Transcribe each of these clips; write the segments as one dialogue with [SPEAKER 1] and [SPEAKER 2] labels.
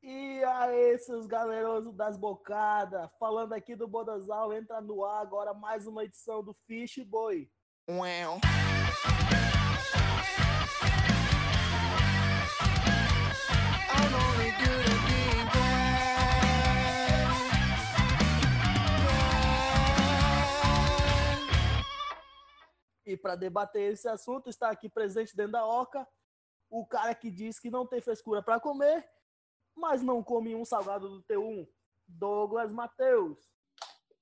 [SPEAKER 1] dia a esses galerosos das bocadas. Falando aqui do Bodazal, entra no ar agora mais uma edição do Fish Boy.
[SPEAKER 2] Uau. I'm only good at being bad.
[SPEAKER 1] E para debater esse assunto, está aqui presente dentro da Oca o cara que diz que não tem frescura para comer, mas não come um salgado do T1, Douglas Matheus.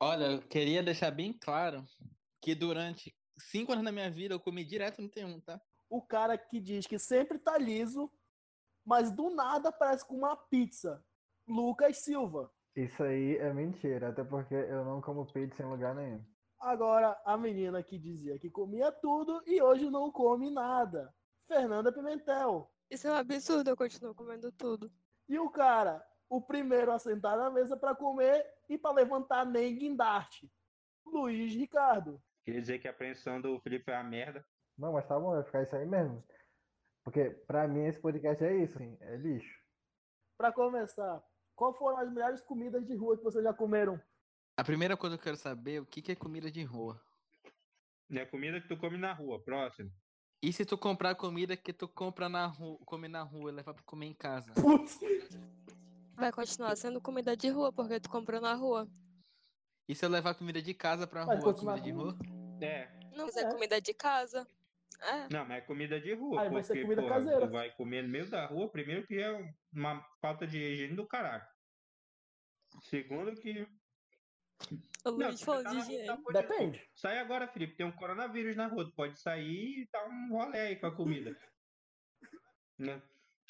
[SPEAKER 3] Olha, eu queria deixar bem claro que durante cinco anos da minha vida eu comi direto no T1, tá?
[SPEAKER 1] O cara que diz que sempre tá liso, mas do nada parece com uma pizza, Lucas Silva.
[SPEAKER 4] Isso aí é mentira, até porque eu não como pizza em lugar nenhum.
[SPEAKER 1] Agora, a menina que dizia que comia tudo e hoje não come nada, Fernanda Pimentel.
[SPEAKER 5] Isso é um absurdo, eu continuo comendo tudo.
[SPEAKER 1] E o cara, o primeiro a sentar na mesa para comer e para levantar nem guindarte. Luiz Ricardo.
[SPEAKER 6] Queria dizer que a apreensão do Felipe foi uma merda.
[SPEAKER 4] Não, mas tá bom, vai ficar isso aí mesmo. Porque pra mim esse podcast é isso, assim, é lixo.
[SPEAKER 1] Para começar, qual foram as melhores comidas de rua que vocês já comeram?
[SPEAKER 3] A primeira coisa que eu quero saber é o que que é comida de rua.
[SPEAKER 6] É comida que tu come na rua, próximo.
[SPEAKER 3] E se tu comprar comida que tu compra na rua, come na rua, e levar pra comer em casa?
[SPEAKER 1] Putz,
[SPEAKER 5] Vai continuar sendo comida de rua, porque tu comprou na rua.
[SPEAKER 3] E se eu levar comida de casa pra
[SPEAKER 1] Mas
[SPEAKER 3] rua,
[SPEAKER 1] continuar
[SPEAKER 3] comida de rua?
[SPEAKER 6] É.
[SPEAKER 5] Não
[SPEAKER 1] É.
[SPEAKER 5] quiser comida de casa. É.
[SPEAKER 6] Não, mas é comida de rua.
[SPEAKER 1] Aí vai ser
[SPEAKER 6] porque,
[SPEAKER 1] comida
[SPEAKER 6] porra,
[SPEAKER 1] caseira.
[SPEAKER 6] Tu vai comer no meio da rua, primeiro que é uma falta de higiene do caralho. Segundo que.
[SPEAKER 5] O
[SPEAKER 6] Não,
[SPEAKER 5] Luiz
[SPEAKER 6] tu
[SPEAKER 5] falou
[SPEAKER 6] tá
[SPEAKER 5] de
[SPEAKER 6] na rua, tá
[SPEAKER 5] higiene.
[SPEAKER 6] fodido.
[SPEAKER 1] depende.
[SPEAKER 6] Sai agora, Felipe. Tem um coronavírus na rua. Tu pode sair e dar um rolê aí com a comida. Né?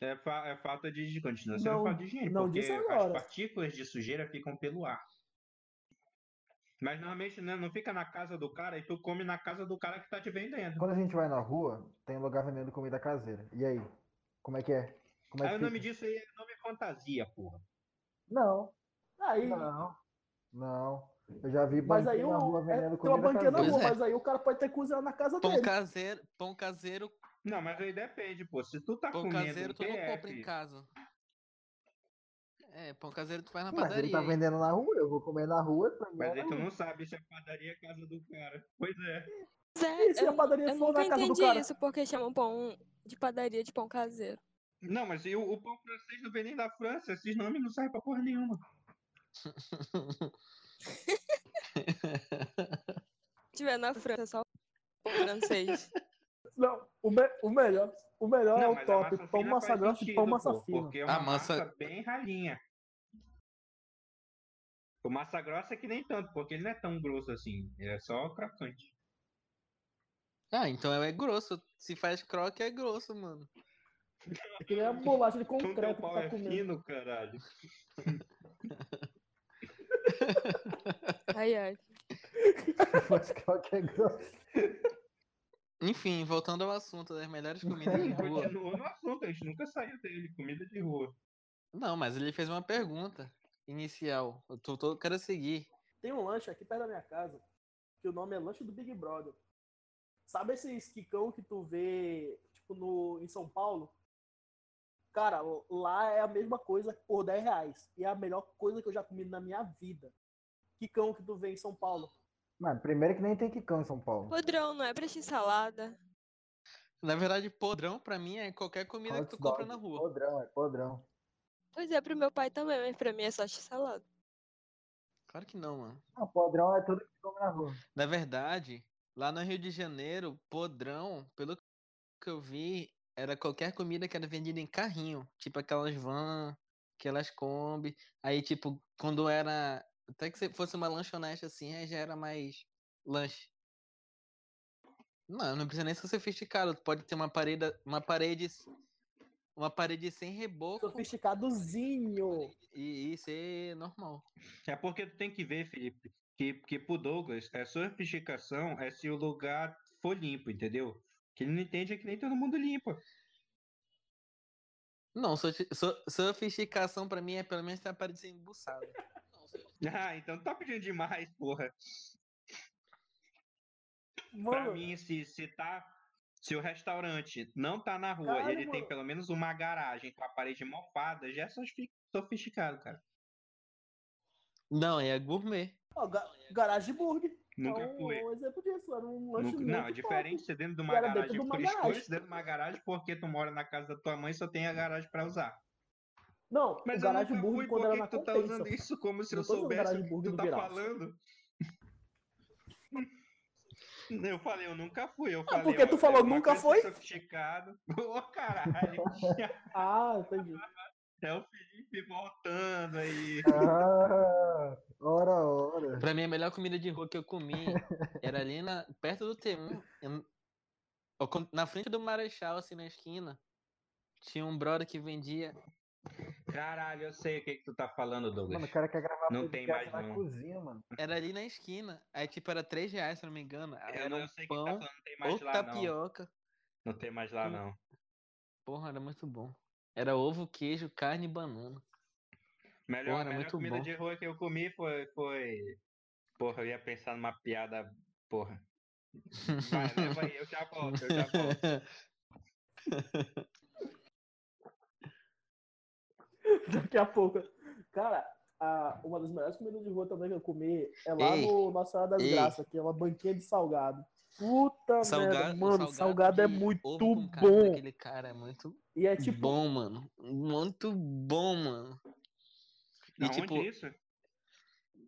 [SPEAKER 6] é, fa- é falta de higiene. Continua sendo
[SPEAKER 1] Não-
[SPEAKER 6] falta de higiene.
[SPEAKER 1] não
[SPEAKER 6] porque
[SPEAKER 1] disse agora.
[SPEAKER 6] as partículas de sujeira ficam pelo ar. Mas normalmente né, não fica na casa do cara e tu come na casa do cara que tá te vendendo.
[SPEAKER 4] Quando a gente vai na rua, tem lugar vendendo comida caseira. E aí? Como é que é? Como é
[SPEAKER 6] aí
[SPEAKER 4] que
[SPEAKER 6] o nome
[SPEAKER 4] fica?
[SPEAKER 6] disso aí é nome fantasia, porra.
[SPEAKER 4] Não,
[SPEAKER 1] Aí,
[SPEAKER 4] não, não. Eu já vi
[SPEAKER 1] mas
[SPEAKER 4] Ah, banquinho
[SPEAKER 1] aí
[SPEAKER 4] na
[SPEAKER 1] o,
[SPEAKER 4] rua
[SPEAKER 1] é,
[SPEAKER 4] vendendo
[SPEAKER 1] tem uma
[SPEAKER 4] comida
[SPEAKER 1] banquinha
[SPEAKER 4] caseira.
[SPEAKER 1] na rua,
[SPEAKER 3] Pois é.
[SPEAKER 1] mas aí o cara pode ter cozinhado na casa
[SPEAKER 5] Então,
[SPEAKER 3] Pão
[SPEAKER 1] dele.
[SPEAKER 3] caseiro, pão caseiro,
[SPEAKER 6] Não, mas aí depende, pô. Se tu tá
[SPEAKER 3] pão
[SPEAKER 6] comendo
[SPEAKER 3] caseiro
[SPEAKER 6] um
[SPEAKER 3] tu não compra em
[SPEAKER 6] PF,
[SPEAKER 3] casa. É, pão caseiro tu faz na
[SPEAKER 4] Mas ele
[SPEAKER 3] padaria.
[SPEAKER 4] tá vendendo na rua, eu vou comer na rua. pra mim é
[SPEAKER 6] mas
[SPEAKER 4] na
[SPEAKER 6] aí tu
[SPEAKER 4] rua.
[SPEAKER 6] não sabe se é padaria é casa do cara. Pois é.
[SPEAKER 5] Mas é,
[SPEAKER 1] E se a
[SPEAKER 5] eu,
[SPEAKER 1] padaria
[SPEAKER 5] eu
[SPEAKER 1] for
[SPEAKER 5] nunca
[SPEAKER 1] na casa do
[SPEAKER 5] entendi
[SPEAKER 1] cara?
[SPEAKER 5] isso, porque chamam pão de padaria de pão caseiro.
[SPEAKER 6] Não, mas e o, o pão francês não vem nem da França. Esses nomes não saem pra porra nenhuma.
[SPEAKER 5] Se tiver na França, é só pão francês.
[SPEAKER 1] Não, o, me- o melhor, o melhor
[SPEAKER 6] Não,
[SPEAKER 1] é o
[SPEAKER 6] mas a
[SPEAKER 1] top.
[SPEAKER 6] massa
[SPEAKER 1] Pão
[SPEAKER 6] fina
[SPEAKER 1] massa
[SPEAKER 6] faz
[SPEAKER 1] grossa e
[SPEAKER 6] sentido,
[SPEAKER 1] pão massa
[SPEAKER 6] pô,
[SPEAKER 1] fina.
[SPEAKER 6] Porque é uma
[SPEAKER 3] A
[SPEAKER 6] massa...
[SPEAKER 3] massa-
[SPEAKER 6] bem ralinha. O massa grossa é que nem tanto, porque ele não é tão grosso assim. Ele é só crocante.
[SPEAKER 3] Ah, então é grosso. Se faz croque é grosso, mano.
[SPEAKER 1] É que nem a bolacha de
[SPEAKER 6] Então teu
[SPEAKER 1] concreto que
[SPEAKER 6] pau
[SPEAKER 1] tá
[SPEAKER 6] é
[SPEAKER 1] comendo.
[SPEAKER 6] fino, caralho.
[SPEAKER 5] Ai, ai.
[SPEAKER 4] Mas qualquer coisa.
[SPEAKER 3] Enfim, voltando ao assunto das melhores comidas de rua.
[SPEAKER 6] Continuou no assunto, a gente nunca saiu dele. Comida de rua.
[SPEAKER 3] Não, mas ele fez uma pergunta inicial. Eu tô, tô- quero seguir.
[SPEAKER 1] Tem um lanche aqui perto da minha casa, que o nome é lanche do Big Brother. Sabe esses quicão que tu vê, tipo, no, em São Paulo? Cara, lá é a mesma coisa por 10 reais. E é a melhor coisa que eu já comi na minha vida. Quicão que tu vê em São Paulo.
[SPEAKER 4] Mano, primeiro que nem tem quicão em São Paulo.
[SPEAKER 5] Podrão, não é pra encher salada.
[SPEAKER 3] Na verdade, podrão pra mim é qualquer comida que
[SPEAKER 4] Hot
[SPEAKER 3] tu compra na
[SPEAKER 4] dog,
[SPEAKER 3] rua.
[SPEAKER 4] Podrão, é podrão.
[SPEAKER 5] Pois é, pro meu pai também, mas pra mim é só encher salada.
[SPEAKER 3] Claro que não, mano.
[SPEAKER 4] Não, podrão é tudo que come na rua.
[SPEAKER 3] Na verdade, lá no Rio de Janeiro, podrão, pelo que eu vi, era qualquer comida que era vendida em carrinho. Tipo aquelas van, aquelas Kombi. Aí, tipo, quando era. Até que se fosse uma lanchonete assim, aí já era mais lanche. Não, não precisa nem ser sofisticado. tu Pode ter uma parede. Uma parede. Uma parede sem reboco
[SPEAKER 1] Sofisticadozinho.
[SPEAKER 3] e, e ser normal.
[SPEAKER 6] É porque tu tem que ver, Felipe, que, que pro Douglas, a sofisticação é se o lugar for limpo, entendeu? Que ele não entende é que nem todo mundo limpa.
[SPEAKER 3] Não, sofi- so- sofisticação pra mim é pelo menos ter uma parede sem embuçada.
[SPEAKER 6] Ah, então tu tá pedindo demais, porra. Pra
[SPEAKER 1] Mano,
[SPEAKER 6] mim, se, se tá. Se o restaurante não tá na rua
[SPEAKER 1] Caralho,
[SPEAKER 6] e ele tem
[SPEAKER 1] mano.
[SPEAKER 6] pelo menos uma garagem com a parede mofada, já é sofisti- sofisticado, cara.
[SPEAKER 3] Não, é gourmet.
[SPEAKER 1] Ó, ga- garage burger.
[SPEAKER 6] Nunca
[SPEAKER 1] é um,
[SPEAKER 6] fui.
[SPEAKER 1] um exemplo disso. Era um lanche
[SPEAKER 6] Nunca-
[SPEAKER 1] muito
[SPEAKER 6] não, é diferente
[SPEAKER 1] top.
[SPEAKER 6] ser dentro de uma
[SPEAKER 1] Era dentro
[SPEAKER 6] garagem.
[SPEAKER 1] de uma
[SPEAKER 6] Por isso que
[SPEAKER 1] garagem.
[SPEAKER 6] hoje dentro de uma garagem, porque tu mora na casa da tua mãe e só tem a garagem pra usar.
[SPEAKER 1] Não,
[SPEAKER 6] Mas
[SPEAKER 1] o
[SPEAKER 6] eu
[SPEAKER 1] garage
[SPEAKER 6] nunca
[SPEAKER 1] burger
[SPEAKER 6] fui
[SPEAKER 1] quando era
[SPEAKER 6] porque
[SPEAKER 1] na
[SPEAKER 6] tu tá
[SPEAKER 1] Compensa.
[SPEAKER 6] usando isso como se
[SPEAKER 1] Não
[SPEAKER 6] eu
[SPEAKER 1] tô usando
[SPEAKER 6] soubesse o
[SPEAKER 1] garagem
[SPEAKER 6] que
[SPEAKER 1] burger
[SPEAKER 6] tu
[SPEAKER 1] do
[SPEAKER 6] tá
[SPEAKER 1] Virax.
[SPEAKER 6] falando. Eu falei, eu nunca fui. Eu
[SPEAKER 1] Ah,
[SPEAKER 6] falei,
[SPEAKER 1] porque
[SPEAKER 6] ó,
[SPEAKER 1] tu falou
[SPEAKER 6] é uma
[SPEAKER 1] nunca
[SPEAKER 6] coisa
[SPEAKER 1] foi?
[SPEAKER 6] Sofisticado. Ô, caralho.
[SPEAKER 1] Ah, entendi.
[SPEAKER 6] É o Felipe voltando aí.
[SPEAKER 3] É.
[SPEAKER 4] Ah, ora, ora.
[SPEAKER 3] Pra mim, a melhor comida de rua que eu comi era ali na, perto do T1. em- ó, com- Na frente do Marechal, assim, na esquina. Tinha um brother que vendia.
[SPEAKER 6] Caralho, eu sei o que, que tu tá falando, Douglas.
[SPEAKER 4] Mano, o cara quer gravar
[SPEAKER 6] Não
[SPEAKER 4] podcast
[SPEAKER 6] tem mais
[SPEAKER 4] na
[SPEAKER 6] não.
[SPEAKER 4] cozinha, mano.
[SPEAKER 3] Era ali na esquina. Aí, tipo, era 3 reais, se eu não me engano.
[SPEAKER 6] eu
[SPEAKER 3] Era
[SPEAKER 6] não
[SPEAKER 3] um
[SPEAKER 6] sei o que tu tá
[SPEAKER 3] pão
[SPEAKER 6] falando, não
[SPEAKER 3] ou
[SPEAKER 6] tem mais lá não.
[SPEAKER 3] tapioca.
[SPEAKER 6] Não tem mais lá
[SPEAKER 3] Hum.
[SPEAKER 6] não.
[SPEAKER 3] Porra, era muito bom. Era ovo, queijo, carne e banana.
[SPEAKER 6] Melhor,
[SPEAKER 3] Porra, era
[SPEAKER 6] melhor
[SPEAKER 3] muito
[SPEAKER 6] comida
[SPEAKER 3] bom.
[SPEAKER 6] de rua que eu comi foi, foi. Porra, eu ia pensar numa piada. Porra. Vai, leva aí, eu já volto, eu já volto.
[SPEAKER 1] Daqui a pouco. Cara, a- uma das melhores comidas de rua também que eu comi é lá
[SPEAKER 3] Ei,
[SPEAKER 1] no Nossa Senhora das
[SPEAKER 3] ei.
[SPEAKER 1] Graças, que é uma banquinha de salgado. Puta merda,
[SPEAKER 3] Salgado,
[SPEAKER 1] mano, salgado, é
[SPEAKER 3] de
[SPEAKER 1] muito
[SPEAKER 3] ovo com carne
[SPEAKER 1] bom.
[SPEAKER 3] daquele cara é muito
[SPEAKER 1] E é tipo,
[SPEAKER 3] bom, mano. Muito bom, mano. E
[SPEAKER 6] Aonde
[SPEAKER 3] tipo,
[SPEAKER 6] isso?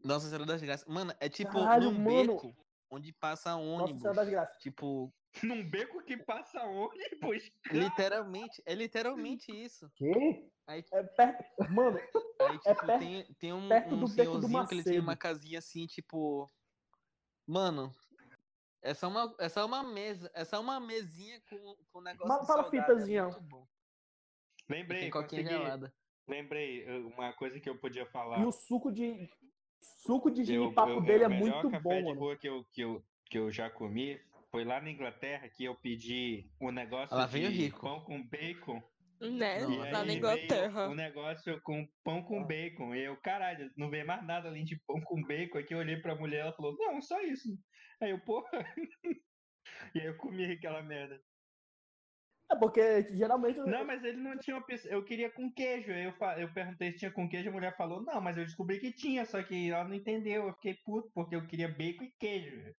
[SPEAKER 3] Nossa Senhora das Graças. Mano, é tipo
[SPEAKER 1] Caralho,
[SPEAKER 3] num
[SPEAKER 1] mano.
[SPEAKER 3] beco onde passa
[SPEAKER 1] Nossa
[SPEAKER 3] ônibus.
[SPEAKER 1] Senhora das Graças.
[SPEAKER 3] Tipo,
[SPEAKER 6] Num beco que passa ônibus.
[SPEAKER 3] literalmente, é literalmente isso.
[SPEAKER 4] Que?
[SPEAKER 1] É perto, mano,
[SPEAKER 3] Aí, tipo,
[SPEAKER 1] É per-
[SPEAKER 3] tem, tem um,
[SPEAKER 1] perto
[SPEAKER 3] um
[SPEAKER 1] do Beco do
[SPEAKER 3] senhorzinho que ele tinha uma
[SPEAKER 1] Macedo.
[SPEAKER 3] casinha assim, tipo. Mano, é só uma, é só uma mesa, é só uma mesinha com, com um negócio.
[SPEAKER 1] Mas fala
[SPEAKER 3] salgado, é
[SPEAKER 1] fitazinha.
[SPEAKER 3] muito bom. E
[SPEAKER 6] Lembrei,
[SPEAKER 3] tem coquinha
[SPEAKER 6] consegui.
[SPEAKER 3] gelada.
[SPEAKER 6] Lembrei eh, uma coisa que eu podia falar.
[SPEAKER 1] e o suco de suco de
[SPEAKER 6] Eu-
[SPEAKER 1] genipapo
[SPEAKER 6] eu-
[SPEAKER 1] dele é
[SPEAKER 6] o melhor
[SPEAKER 1] muito
[SPEAKER 6] café
[SPEAKER 1] bom,
[SPEAKER 6] de
[SPEAKER 1] mano.
[SPEAKER 6] rua que eu, que, eu, que eu já comi foi lá na Inglaterra que eu pedi um negócio
[SPEAKER 3] Lá
[SPEAKER 6] de
[SPEAKER 3] vem o rico.
[SPEAKER 6] pão com bacon.
[SPEAKER 5] Né?
[SPEAKER 3] Não,
[SPEAKER 6] e
[SPEAKER 5] Lá
[SPEAKER 6] aí
[SPEAKER 5] na
[SPEAKER 6] veio
[SPEAKER 5] Inglaterra.
[SPEAKER 6] Um negócio com pão com bacon. E eu, caralho, não veio mais nada além de pão com bacon. Aqui eu olhei pra mulher ela falou, não, só isso. Aí eu, porra. E aí eu comi aquela merda.
[SPEAKER 1] É porque geralmente
[SPEAKER 6] Não, mas ele não tinha opção. Eu queria com queijo. Aí Eu, fa- eu perguntei se tinha com queijo, a mulher falou, não, mas eu descobri que tinha, só que ela não entendeu. Eu fiquei puto, porque eu queria bacon e queijo.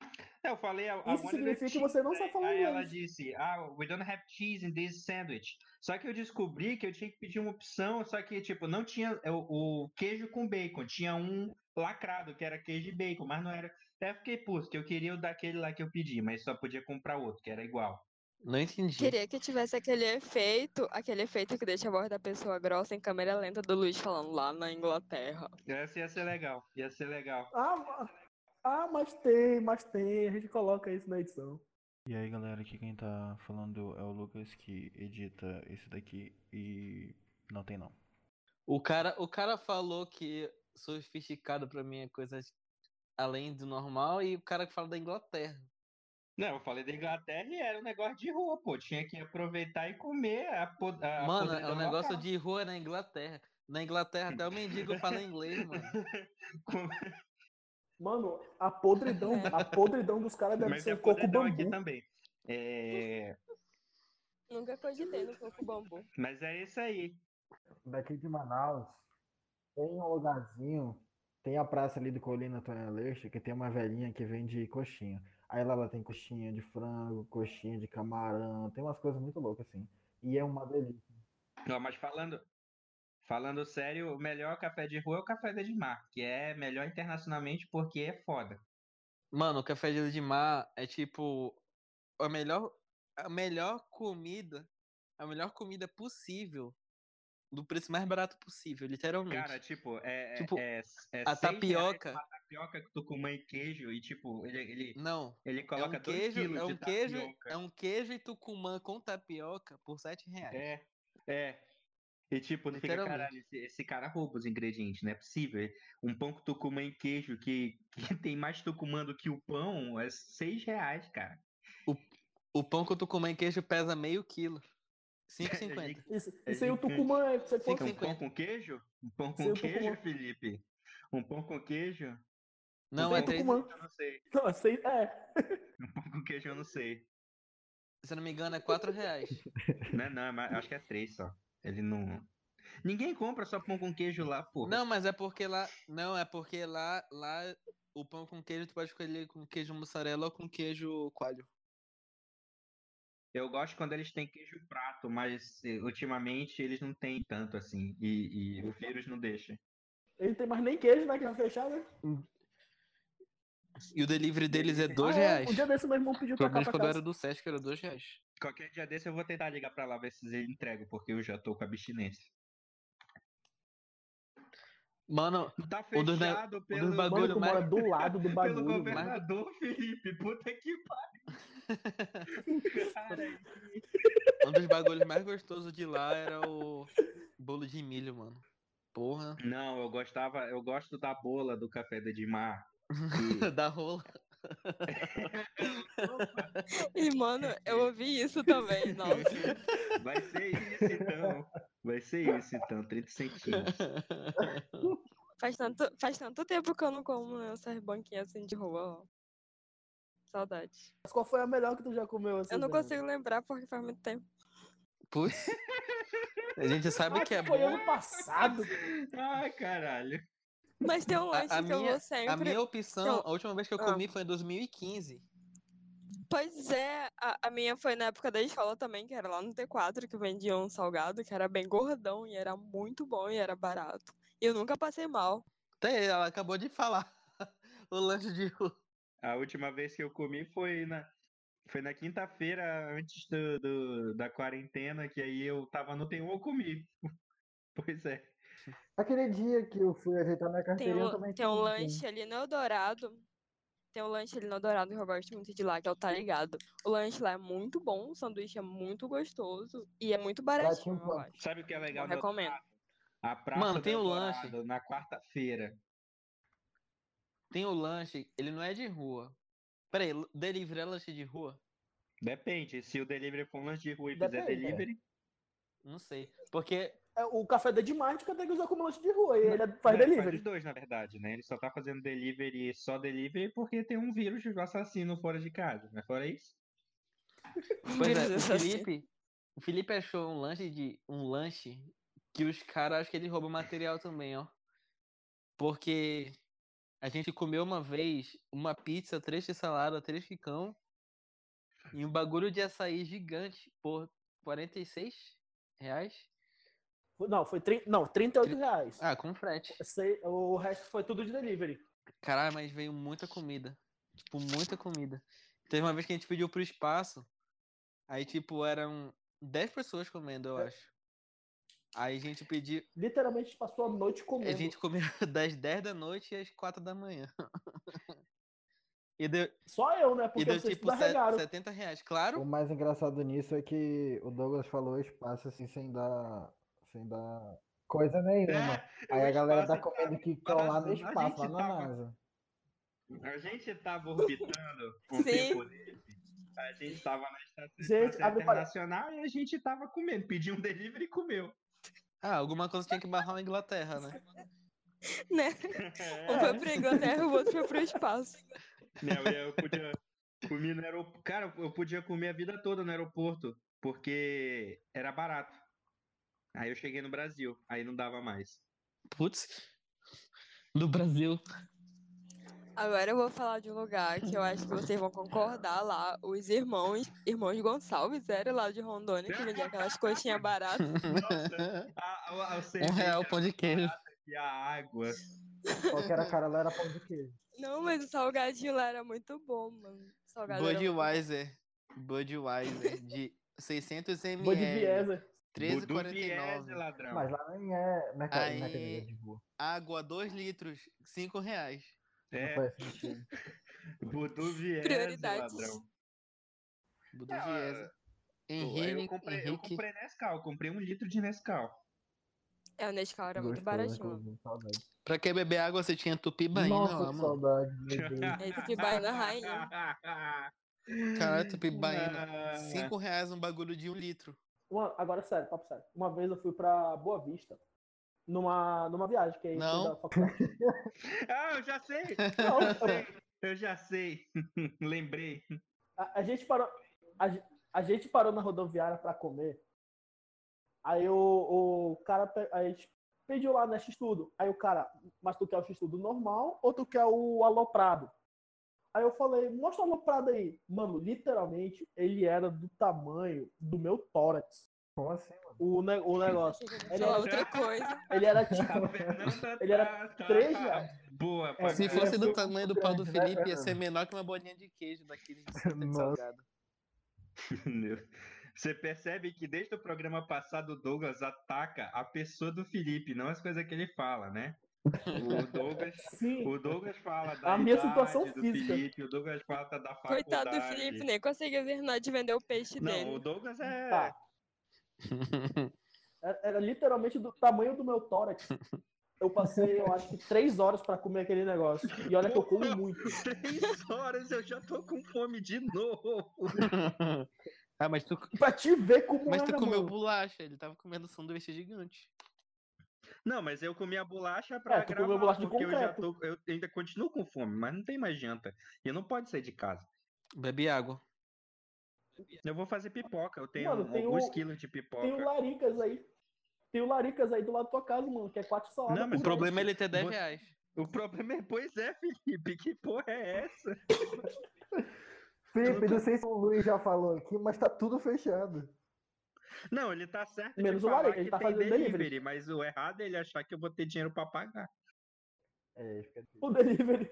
[SPEAKER 6] Aí Eu falei, a, a
[SPEAKER 1] isso
[SPEAKER 6] Mônica
[SPEAKER 1] significa que
[SPEAKER 6] tinha.
[SPEAKER 1] você não sabe falar
[SPEAKER 6] Aí ela
[SPEAKER 1] inglês.
[SPEAKER 6] disse, ah, we don't have cheese in this sandwich. Só que eu descobri que eu tinha que pedir uma opção, só que, tipo, não tinha é, o, o queijo com bacon, tinha um lacrado, que era queijo e bacon, mas não era. Até fiquei puto, que eu queria o daquele lá que eu pedi, mas só podia comprar outro, que era igual.
[SPEAKER 3] Não entendi.
[SPEAKER 5] Queria que tivesse aquele efeito, aquele efeito que deixa a voz da pessoa grossa em câmera lenta do Luiz falando lá na Inglaterra.
[SPEAKER 6] Essa ia ser legal, ia ser legal.
[SPEAKER 1] Ah, ma- ah, mas tem, mas tem, a gente coloca isso na edição.
[SPEAKER 7] E aí galera, aqui quem tá falando é o Lucas que edita esse daqui e não tem não.
[SPEAKER 3] O cara, o cara falou que sofisticado pra mim é coisa além do normal e o cara que fala da Inglaterra.
[SPEAKER 6] Não, eu falei da Inglaterra e era um negócio de rua, pô. Tinha que aproveitar e comer a, po- a
[SPEAKER 3] Mano, é
[SPEAKER 6] podridão
[SPEAKER 3] um negócio
[SPEAKER 6] local.
[SPEAKER 3] de rua na Inglaterra. Na Inglaterra até o mendigo fala inglês, mano.
[SPEAKER 6] Com-
[SPEAKER 1] Mano, a podridão, a podridão dos caras deve
[SPEAKER 6] Mas
[SPEAKER 1] ser
[SPEAKER 6] é
[SPEAKER 1] um coco
[SPEAKER 6] podridão aqui
[SPEAKER 1] bambu.
[SPEAKER 6] também. É,
[SPEAKER 5] Nunca cogitei no coco bambu.
[SPEAKER 6] Mas é isso aí.
[SPEAKER 4] Daqui de Manaus, tem um lugarzinho, tem a praça ali do Colina Antônio Aleixo, que tem uma velhinha que vende coxinha. Aí lá ela tem coxinha de frango, coxinha de camarão, tem umas coisas muito loucas assim. E é uma delícia.
[SPEAKER 6] Não, mas falando, falando sério, o melhor café de rua é o café da Edmar, que é melhor internacionalmente porque é foda.
[SPEAKER 3] Mano, o café de de mar é tipo a melhor, a melhor comida, a melhor comida possível, do preço mais barato possível, literalmente.
[SPEAKER 6] Cara, tipo, é. é-
[SPEAKER 3] Hum. Tipo,
[SPEAKER 6] é, é
[SPEAKER 3] a
[SPEAKER 6] seis reais
[SPEAKER 3] tapioca,
[SPEAKER 6] tapioca que tu com mãe e queijo e, tipo, ele, ele,
[SPEAKER 3] não,
[SPEAKER 6] ele
[SPEAKER 3] é
[SPEAKER 6] coloca
[SPEAKER 3] um
[SPEAKER 6] dois
[SPEAKER 3] queijo,
[SPEAKER 6] quilos
[SPEAKER 3] é
[SPEAKER 6] de
[SPEAKER 3] um queijo,
[SPEAKER 6] tapioca.
[SPEAKER 3] é um queijo e tucumã com tapioca por 7 reais.
[SPEAKER 6] É, é. E tipo, tu fica,
[SPEAKER 3] Literalmente.
[SPEAKER 6] caralho, esse, esse cara rouba os ingredientes, não é possível. Um pão com tucumã e queijo que, que tem mais tucumã do que o pão é seis reais, cara.
[SPEAKER 3] O pão que tu come em queijo pesa meio quilo. 5,50.
[SPEAKER 1] Isso,
[SPEAKER 6] É
[SPEAKER 1] isso aí o
[SPEAKER 6] gigante.
[SPEAKER 1] Tucumã é você quanto?
[SPEAKER 6] Fica um pão
[SPEAKER 3] 150.
[SPEAKER 6] com queijo? Um pão com
[SPEAKER 1] Sem o
[SPEAKER 6] queijo,
[SPEAKER 1] tucumã.
[SPEAKER 6] Felipe? Um pão com queijo?
[SPEAKER 3] Não,
[SPEAKER 1] tem
[SPEAKER 3] é
[SPEAKER 6] Um pão com
[SPEAKER 3] três.
[SPEAKER 1] tucumã.
[SPEAKER 6] queijo Eu não sei.
[SPEAKER 1] Não, sei, é.
[SPEAKER 6] Um pão com queijo eu não sei.
[SPEAKER 3] Se eu não me engano, é 4 reais.
[SPEAKER 6] Não, é não, é mais- acho que é três só. Ele não. Ninguém compra só pão com queijo lá, pô.
[SPEAKER 3] Não, mas é porque lá. Não, é porque lá, lá o pão com queijo tu pode escolher com queijo mussarela ou com queijo coalho.
[SPEAKER 6] Eu gosto quando eles têm queijo prato, mas eh, ultimamente eles não têm tanto assim. E, e o vírus não deixa.
[SPEAKER 1] Ele não tem mais nem queijo, né? Que vai fechar, né?
[SPEAKER 3] E o delivery deles é 2
[SPEAKER 1] Ah, é,
[SPEAKER 3] reais.
[SPEAKER 1] Um dia desse meu irmão pediu pra
[SPEAKER 3] Pelo
[SPEAKER 1] cá
[SPEAKER 3] menos
[SPEAKER 1] pra
[SPEAKER 3] quando eu
[SPEAKER 1] casa.
[SPEAKER 3] era do Sesc era 2 reais.
[SPEAKER 6] Qualquer dia desse eu vou tentar ligar pra lá ver se eles entregam, porque eu já tô com abstinência.
[SPEAKER 3] Mano,
[SPEAKER 6] Tá
[SPEAKER 3] O Um dos ne-
[SPEAKER 6] fechado pelo,
[SPEAKER 3] dos bagulho
[SPEAKER 1] Mano, tu
[SPEAKER 3] mais-
[SPEAKER 1] mora do lado do
[SPEAKER 6] pelo
[SPEAKER 1] bagulho, mano.
[SPEAKER 6] governador, Felipe. Puta que pariu. Cara,
[SPEAKER 3] um dos bagulhos mais gostosos de lá era o bolo de milho, mano. Porra.
[SPEAKER 6] Não, eu gostava, eu gosto da bola do café da Dimar. que-
[SPEAKER 3] Da rola.
[SPEAKER 5] E, mano, eu ouvi isso também. Nossa.
[SPEAKER 6] Vai ser isso então. Vai ser isso então, 30 centímetros.
[SPEAKER 5] Faz tanto, faz tanto tempo que eu não como essas banquinhas assim de rua, ó. Saudade.
[SPEAKER 1] Mas qual foi a melhor que tu já comeu? Assim,
[SPEAKER 5] Eu não
[SPEAKER 1] Zé?
[SPEAKER 5] consigo lembrar porque faz muito tempo.
[SPEAKER 3] Putz. A gente sabe que é
[SPEAKER 1] Foi
[SPEAKER 3] bom.
[SPEAKER 1] ano passado.
[SPEAKER 6] Ai, caralho.
[SPEAKER 5] Mas tem um
[SPEAKER 3] A- a
[SPEAKER 5] lanche que
[SPEAKER 3] minha-
[SPEAKER 5] eu vou
[SPEAKER 3] A
[SPEAKER 5] sempre.
[SPEAKER 3] minha opção, a última vez que eu
[SPEAKER 5] Ah.
[SPEAKER 3] comi foi em 2015.
[SPEAKER 5] Pois é, a, a minha foi na época da escola também, que era lá no T4, que vendia um salgado que era bem gordão e era muito bom e era barato. E eu nunca passei mal.
[SPEAKER 3] Até Tá ela acabou de falar. O lanche de rua.
[SPEAKER 6] A última vez que eu comi foi na, foi na quinta-feira antes do, do- da quarentena, que aí eu tava no tem eu comi. Pois é.
[SPEAKER 4] Aquele dia que eu fui ajeitar minha
[SPEAKER 5] Tem
[SPEAKER 4] carteirinha, eu
[SPEAKER 5] um,
[SPEAKER 4] também
[SPEAKER 5] tem um
[SPEAKER 4] comi.
[SPEAKER 5] lanche ali no Eldorado. Tem um lanche ali no Eldorado que eu gosto muito de lá, que é o Tá Ligado. O lanche lá é muito bom, o sanduíche é muito gostoso e é muito baratinho, eu
[SPEAKER 4] quanto?
[SPEAKER 5] acho.
[SPEAKER 6] Sabe o que é
[SPEAKER 5] Muito bom,
[SPEAKER 6] legal? do um
[SPEAKER 5] recomendo.
[SPEAKER 6] Eldorado? A praça
[SPEAKER 3] Mano,
[SPEAKER 6] do
[SPEAKER 3] tem o lanche.
[SPEAKER 6] Eldorado, Na quarta-feira.
[SPEAKER 3] Tem o lanche, ele não é de rua. Peraí, lu- delivery é lanche de rua?
[SPEAKER 6] Depende. Se o delivery for um lanche de rua e fizer
[SPEAKER 1] Depende, é.
[SPEAKER 6] delivery,
[SPEAKER 3] Não sei. Porque
[SPEAKER 1] É, O café da Dimart que eu tenho que usar como lanche de rua. E ele é- faz
[SPEAKER 6] Não, ele né, Faz
[SPEAKER 1] delivery.
[SPEAKER 6] os dois, na verdade, né? Ele só tá fazendo delivery, só delivery, porque tem um vírus assassino fora de casa, né? Fora isso.
[SPEAKER 3] pois é, o
[SPEAKER 5] Assim.
[SPEAKER 3] Felipe, o Felipe achou um lanche de um lanche que os caras acho que eles roubam material também, ó. Porque a gente comeu uma vez uma pizza, três de salada, três quicão e um bagulho de açaí gigante por 46 reais.
[SPEAKER 1] Não, foi 30, não, 38
[SPEAKER 3] Tri-
[SPEAKER 1] reais.
[SPEAKER 3] Ah, com frete.
[SPEAKER 1] Esse- o resto foi tudo de delivery.
[SPEAKER 3] Caralho, mas veio muita comida. Tipo, muita comida. Teve uma vez que a gente pediu pro espaço. Aí, tipo, eram 10 pessoas comendo,
[SPEAKER 1] É.
[SPEAKER 3] eu acho. Aí a gente pediu.
[SPEAKER 1] Literalmente passou a noite comendo.
[SPEAKER 3] A É, gente comeu das 10 da noite às 4 da manhã. E deu,
[SPEAKER 1] Só eu, né?
[SPEAKER 3] e
[SPEAKER 1] Porque
[SPEAKER 3] deu
[SPEAKER 1] vocês
[SPEAKER 3] tipo
[SPEAKER 1] tudo
[SPEAKER 3] se-
[SPEAKER 1] arregaram.
[SPEAKER 3] 70 reais. Claro,
[SPEAKER 4] O mais engraçado nisso é que o Douglas falou espaço assim sem dar. sem dar coisa nenhuma. Aí a galera tá
[SPEAKER 6] É, espaço tá
[SPEAKER 4] comendo que estão lá no
[SPEAKER 6] vazando, a
[SPEAKER 4] espaço, lá
[SPEAKER 6] gente tá.
[SPEAKER 4] na
[SPEAKER 6] tava-
[SPEAKER 4] NASA.
[SPEAKER 6] A gente tava orbitando um
[SPEAKER 5] Sim.
[SPEAKER 6] tempo livre. A gente tava na estação
[SPEAKER 1] Gente,
[SPEAKER 6] espacial
[SPEAKER 1] abre para-
[SPEAKER 6] internacional e a gente tava comendo. Pediu um delivery e comeu.
[SPEAKER 3] ah, alguma coisa tinha que barrar a Inglaterra, né?
[SPEAKER 5] Né? Um
[SPEAKER 6] É,
[SPEAKER 5] foi pra Inglaterra, o outro foi pro espaço.
[SPEAKER 6] né, eu, eu podia comer no aeroporto. Cara, eu podia comer a vida toda no aeroporto, porque era barato. Aí eu cheguei no Brasil, aí não dava mais.
[SPEAKER 3] Putz. Do Brasil.
[SPEAKER 5] Agora eu vou falar de um lugar que eu acho que vocês vão concordar lá. Os irmãos, irmãos Gonçalves, era lá de Rondônia, que vendia aquelas coxinhas baratas.
[SPEAKER 6] A, a, a, o
[SPEAKER 3] um
[SPEAKER 6] cerveja
[SPEAKER 3] real pão de queijo.
[SPEAKER 6] e a água.
[SPEAKER 4] Qualquer cara lá era pão de queijo.
[SPEAKER 5] Não, mas o salgadinho lá era muito bom, mano. O salgado era muito bom.
[SPEAKER 3] Budweiser. Budweiser de 600
[SPEAKER 1] Vou de
[SPEAKER 6] É.
[SPEAKER 3] ml.
[SPEAKER 1] viés, né?
[SPEAKER 6] Budu Viese,
[SPEAKER 3] 13,49.
[SPEAKER 6] ladrão.
[SPEAKER 4] Mas lá nem é mercado,
[SPEAKER 3] Aí-
[SPEAKER 4] mercadoria de rua.
[SPEAKER 3] Água 2 litros, 5 reais.
[SPEAKER 4] Não assim
[SPEAKER 6] É,
[SPEAKER 4] faz sentido.
[SPEAKER 6] Budu Viese,
[SPEAKER 5] Prioridades.
[SPEAKER 6] ladrão.
[SPEAKER 3] Budu
[SPEAKER 6] Ah,
[SPEAKER 3] Viesa.
[SPEAKER 6] Pô, aí eu
[SPEAKER 3] Henrique,
[SPEAKER 6] comprei, eu
[SPEAKER 3] Henrique.
[SPEAKER 6] comprei Nescau, eu comprei um litro de Nescau.
[SPEAKER 5] É, o Nescau era muito
[SPEAKER 4] Gostoso, né,
[SPEAKER 5] baratinho. mano.
[SPEAKER 4] inclusive, saudade.
[SPEAKER 3] Pra que beber água você tinha tupibaína
[SPEAKER 4] Nossa,
[SPEAKER 3] lá,
[SPEAKER 4] que
[SPEAKER 3] mano.
[SPEAKER 4] saudade, meu Deus.
[SPEAKER 6] É
[SPEAKER 5] Esse que vai na rainha.
[SPEAKER 6] né?
[SPEAKER 3] Caralho, tupibaína.
[SPEAKER 6] Ah,
[SPEAKER 3] 5 reais um bagulho de um litro.
[SPEAKER 1] Uma- agora, sério, papo sério. Uma vez eu fui pra Boa Vista. Numa, numa viagem que aí foi
[SPEAKER 3] Não.
[SPEAKER 1] da faculdade.
[SPEAKER 6] Ah, eu já sei!
[SPEAKER 1] Não,
[SPEAKER 6] Eu
[SPEAKER 1] eu-
[SPEAKER 6] sei, eu já sei. Lembrei.
[SPEAKER 1] a, a gente parou. A, ge- A gente parou na rodoviária pra comer. Aí o, o cara pe- aí a gente pediu lá, né, x-tudo. Aí o cara, mas tu quer o x-tudo normal ou tu quer o aloprado? Aí eu falei, mostra o aloprado aí. Mano, literalmente, ele era do tamanho do meu tórax.
[SPEAKER 4] Como assim, mano?
[SPEAKER 1] O, ne- o negócio. Ele é
[SPEAKER 5] Falar
[SPEAKER 1] era,
[SPEAKER 5] outra coisa.
[SPEAKER 1] ele era tipo
[SPEAKER 6] A Fernanda
[SPEAKER 1] Ele era
[SPEAKER 6] tá- tá-
[SPEAKER 1] 3 reais. É,
[SPEAKER 6] Boa, pra
[SPEAKER 4] Se
[SPEAKER 3] Se
[SPEAKER 6] caralho.
[SPEAKER 3] fosse
[SPEAKER 4] fosse
[SPEAKER 3] do
[SPEAKER 4] do
[SPEAKER 3] tamanho do pau do
[SPEAKER 6] né,
[SPEAKER 3] Felipe, ia ser menor que uma bolinha de queijo daqueles de
[SPEAKER 4] de Nossa.
[SPEAKER 3] salgado.
[SPEAKER 6] Entendeu? Você percebe que desde o programa passado o Douglas ataca a pessoa do Felipe, não as coisas que ele fala, né? O Douglas,
[SPEAKER 1] Sim.
[SPEAKER 6] o Douglas fala da
[SPEAKER 1] A minha
[SPEAKER 6] idade
[SPEAKER 1] situação
[SPEAKER 6] do
[SPEAKER 1] física.
[SPEAKER 6] Felipe, o Douglas fala da faculdade.
[SPEAKER 5] Coitado do Felipe, né, nem conseguiu terminar de vender o peixe
[SPEAKER 6] Não, o
[SPEAKER 5] dele.
[SPEAKER 6] Douglas é.
[SPEAKER 1] Tá. Era, era literalmente do tamanho do meu tórax. Eu passei, eu acho que, três horas pra comer aquele negócio. E olha que eu como muito.
[SPEAKER 6] Três horas eu já tô com fome de novo.
[SPEAKER 3] ah, mas tu,
[SPEAKER 1] Pra te ver como
[SPEAKER 3] mas tu
[SPEAKER 1] era,
[SPEAKER 3] comeu
[SPEAKER 1] mano.
[SPEAKER 3] bolacha, ele tava comendo sanduíche gigante.
[SPEAKER 6] Não, mas eu comi a bolacha pra
[SPEAKER 1] É, tu
[SPEAKER 6] gravar,
[SPEAKER 1] comeu bolacha de
[SPEAKER 6] porque eu já
[SPEAKER 1] concreto.
[SPEAKER 6] tô, eu ainda continuo com fome, mas não tem mais janta. E não pode sair de casa.
[SPEAKER 3] Bebe água.
[SPEAKER 6] Eu vou fazer pipoca, eu tenho um,
[SPEAKER 1] Mano, tem
[SPEAKER 6] alguns
[SPEAKER 1] o-
[SPEAKER 6] quilos de pipoca.
[SPEAKER 1] Tem o Laricas aí. Tem o Laricas aí do lado da tua casa, mano, que é quatro saladas.
[SPEAKER 6] Não, mas
[SPEAKER 3] O
[SPEAKER 1] por
[SPEAKER 3] problema é
[SPEAKER 1] mês.
[SPEAKER 3] ele ter 10
[SPEAKER 6] Você-
[SPEAKER 3] reais.
[SPEAKER 6] O problema é, pois é, Felipe, que porra é essa?
[SPEAKER 4] Felipe, não sei se o Luiz já falou aqui, mas tá tudo fechado.
[SPEAKER 6] Não, ele tá certo
[SPEAKER 1] Menos
[SPEAKER 6] de
[SPEAKER 1] o
[SPEAKER 6] falar
[SPEAKER 1] Laranja,
[SPEAKER 6] que
[SPEAKER 1] ele tá
[SPEAKER 6] tem
[SPEAKER 1] fazendo
[SPEAKER 6] delivery,
[SPEAKER 1] delivery.
[SPEAKER 6] mas o errado é ele achar que eu vou ter dinheiro pra pagar.
[SPEAKER 4] É, fica difícil.
[SPEAKER 1] O delivery.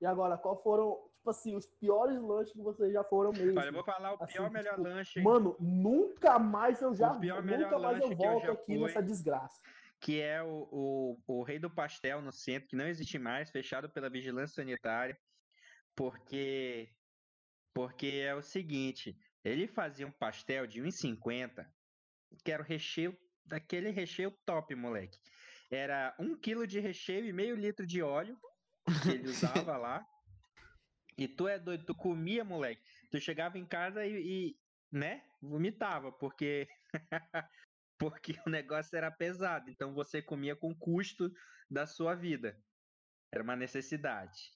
[SPEAKER 1] E agora, qual foram, tipo assim, os piores lanches que vocês já foram mesmo?
[SPEAKER 6] Olha, eu vou falar o
[SPEAKER 1] Assim,
[SPEAKER 6] pior melhor
[SPEAKER 1] tipo,
[SPEAKER 6] lanche,
[SPEAKER 1] Mano, nunca mais eu já
[SPEAKER 6] O pior melhor
[SPEAKER 1] nunca mais
[SPEAKER 6] lanche
[SPEAKER 1] eu
[SPEAKER 6] que eu
[SPEAKER 1] volto
[SPEAKER 6] já
[SPEAKER 1] aqui
[SPEAKER 6] fui.
[SPEAKER 1] nessa desgraça.
[SPEAKER 6] que é o, o, o Rei do Pastel no centro, que não existe mais, fechado pela vigilância sanitária, porque porque é o seguinte, ele fazia um pastel de 1,50, que era o recheio, daquele recheio top, moleque. Era um quilo de recheio e meio litro de óleo que ele usava lá. E tu é doido, tu comia, moleque. Tu chegava em casa e, e, né, vomitava, porque porque o negócio era pesado. Então você comia com o custo da sua vida. Era uma necessidade.